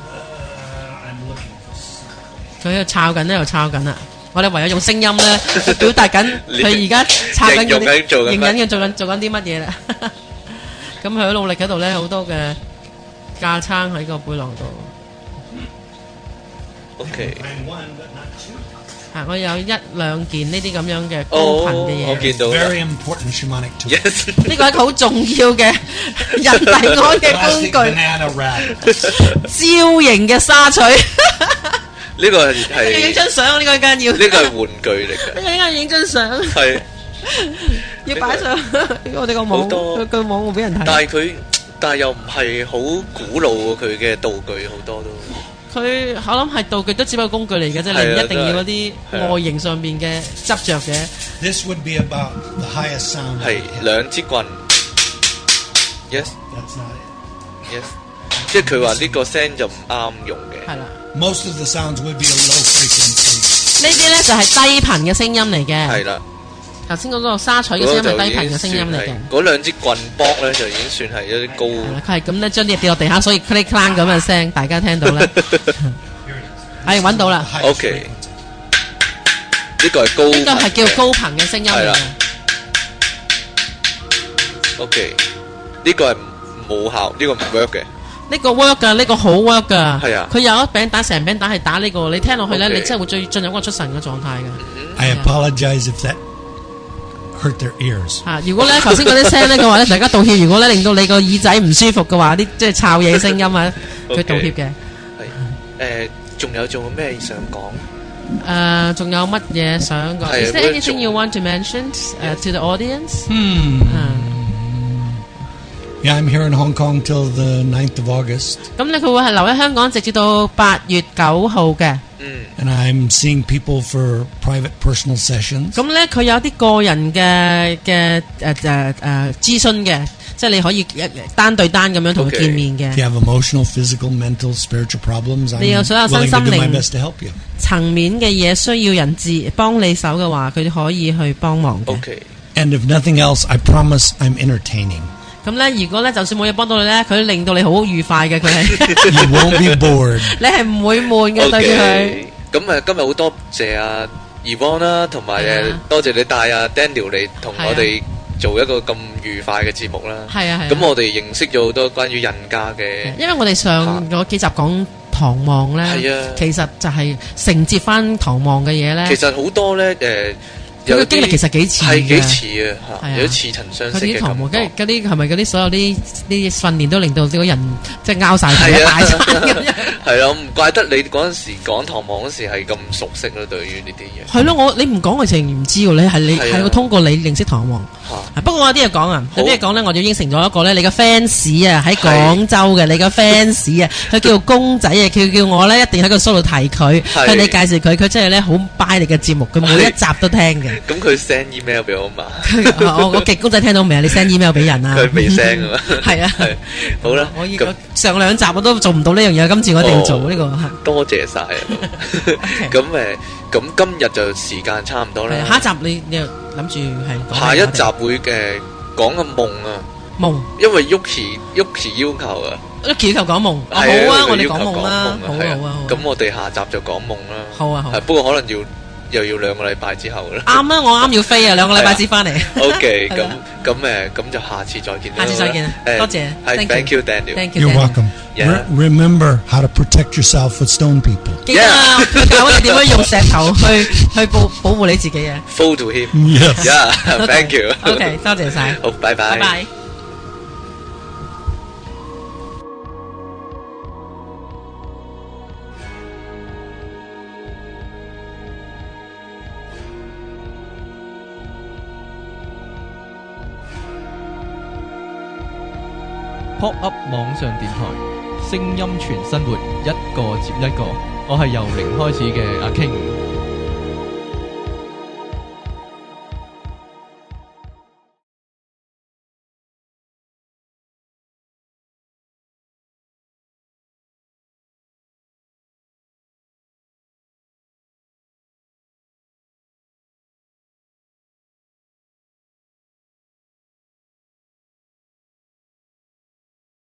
do. Uh, I'm looking for something.
佢喺度抄緊咧，又抄緊啦。啊我哋唯有用聲音
(laughs)
咧，去表達緊
你
佢而家抄緊
形容
嗰
緊做緊
啲，
乜
認緊嘅做緊做緊啲乜嘢啦。 (laughs) 咁佢好努力喺度咧，好多嘅架撐喺個背囊度。
OK，
I'm one, but not two.
啊，我有一兩件呢啲咁樣嘅高
哦
頻嘅嘢。
，OK Get over.
Very important shamanic tool.
yes， (laughs)
呢個係一個好重要嘅人體安嘅
(laughs)
(laughs)
Plastic
工具，
banana wrap.
(laughs) 招型嘅沙錘。
呢個係
你 (laughs) 影
係
張相，呢個間要。
呢個係玩具嚟嘅，
呢個應該影張相。
(laughs) 係，
要擺上我哋個
好
網，
多
個個網會俾人
但係
睇。
佢但係又唔係好古老喎佢嘅道具好多都
佢我諗係道具都只不過工具嚟嘅啫，
係啊
你唔一定要嗰
都係
啲外形上面嘅執着嘅。
This would be about the highest sound.
係
I can.
兩支棍，yes
That's not it.
yes，即係佢話呢個聲就唔啱用嘅
係啦，
Most of the sounds would be a low frequency.
呢啲咧就係低頻嘅聲音嚟嘅。
係啦，
頭啊先嗰個沙錘嘅聲
嗰
音
個就
係
已
低頻
經
嘅聲音
算
嚟嘅
係。嗰兩支棍卜咧就已經算係一啲高
係啊啦佢係咁咧，將啲嘢跌落地下，所以 click clang 咁嘅聲，大
(laughs)
家聽到啦。
Here it is.
係揾到
The
啦，
highest
Okay.
frequency.
呢個係高
呢個係
頻嘅
叫高頻嘅聲音
係
嚟
啦
嘅。
OK，呢個係冇效，呢個唔 work 嘅。
呢個 work 噶，呢個好 work 噶。
係啊
佢有一餅打成餅打係打呢個，你聽落去咧，
OK
你真係會最進入嗰個出神嘅狀態嘅。
I apologize if that hurt their ears.
啊！如果咧頭先嗰啲聲咧，佢話咧大家道歉。如果咧令到你個耳仔唔舒服嘅話，啲即係摷嘢聲音啊，
(laughs)
佢
OK
道歉嘅。
係
嗯
誒，仲有仲有咩想講？
誒，啊仲有乜嘢想講
係
？Is
嗰
there
個
anything
仲
you want to mention 誒 to the audience？嗯，
Yeah, I'm here in Hong Kong till the 9th of August.
咁咧佢會係留喺香港，直至到八月九號嘅。
and I'm seeing people for private personal sessions.
咁咧，佢有啲個人嘅嘅誒誒誒諮詢嘅，即係你可以一單對單咁樣同佢
Okay.
見面嘅
If you have emotional, physical, mental, spiritual problems, I'm
你有所有身心靈-
willing to do my best to help you.
層面嘅嘢，需要人治幫你手嘅話，佢可以去幫忙嘅。
OK，
And if nothing else, I promise I'm entertaining.
咁咧，如果咧就算冇嘢幫到你咧，佢令到你好愉快嘅，
(laughs)
佢係
You won't
(laughs)
be bored.
你係唔會悶嘅
OK，
對住佢。
咁啊，今日好多謝阿 à, Yvonne 啦，同埋
係
誒
啊
多謝你帶阿 à, Daniel 嚟同
係啊
我哋做一個咁愉快嘅節目啦。
係啊係啊。
咁我哋認識咗好多關於印加嘅，
因為我哋上嗰幾集講唐望咧，
係啊，
其實就係承接翻唐望嘅嘢
其
咧。
實好多咧誒，
佢
有
嘅經歷其
啲
實幾似
係幾
嘅
似啊，
係啊
嚇有啲似曾相
佢
識
啲
嘅
堂
感
跟
覺。
住嗰啲係咪嗰啲所有啲啲訓練都令到個人即係拗晒頭一
係
大
啊
餐咁樣？
係啊，唔怪得你嗰陣時講唐望嗰時係咁熟悉咯，對於呢啲嘢
係咯，我你唔講我情唔知喎，你係你
係啊
係我通過你認識唐王。
嚇。
啊不過我有啲嘢講啊，
好
有啲嘢講咧，我就應承咗一個咧，你嘅 fans 啊喺廣州嘅，你嘅 fans 啊，佢叫公仔啊，佢叫我咧一定喺個 show 度提佢，
係
向你介紹佢，佢真係咧好 buy 你嘅節目，佢每一集都聽
(laughs)
嘅。
咁佢 send email 俾我嘛，
佢啊我我極公仔聽到未啊？你 send email 俾人啊？
佢未 send 啊嘛，
係啊，
係好啦，
我
咁
我上兩集我都做唔到呢樣嘢，今次我一定要做呢個係。
多謝晒
(laughs)
啊，咁誒，咁今日就時間差唔多啦
係，下一集你你又諗住係講
下一集
我
會誒講個夢啊，
哋夢
因為 Yuki Yuki 要求啊，
都祈求講夢，哦好
係
啊，
佢
我哋
要求
講夢啦，
講
好啊
夢
好啊好啊，
咁我哋下集就講夢啦，
好啊好
係
啊，
不過可能要又要兩個禮拜之後啦
啱啊，我啱要飛啊，兩個禮拜先翻嚟，
(laughs) ，OK，
係
咁
啦
咁誒，咁就下次再見啦，
下次再見啊
誒
多謝
係
thank you
，thank you，Daniel，
(laughs) Thank you，
You're
Daniel
welcome.
Yeah.
Re- remember how to protect yourself with stone people.
記得啊，教我哋點樣用石頭去去保保護你
(laughs)
自己啊
full to
(laughs)
him，yeah，thank
Yes.
you，
，OK，多謝晒，
(laughs) 好，拜
拜拜。
Pop Up 網上電台，聲音全生活，一個接一個。我係由零開始嘅阿 King。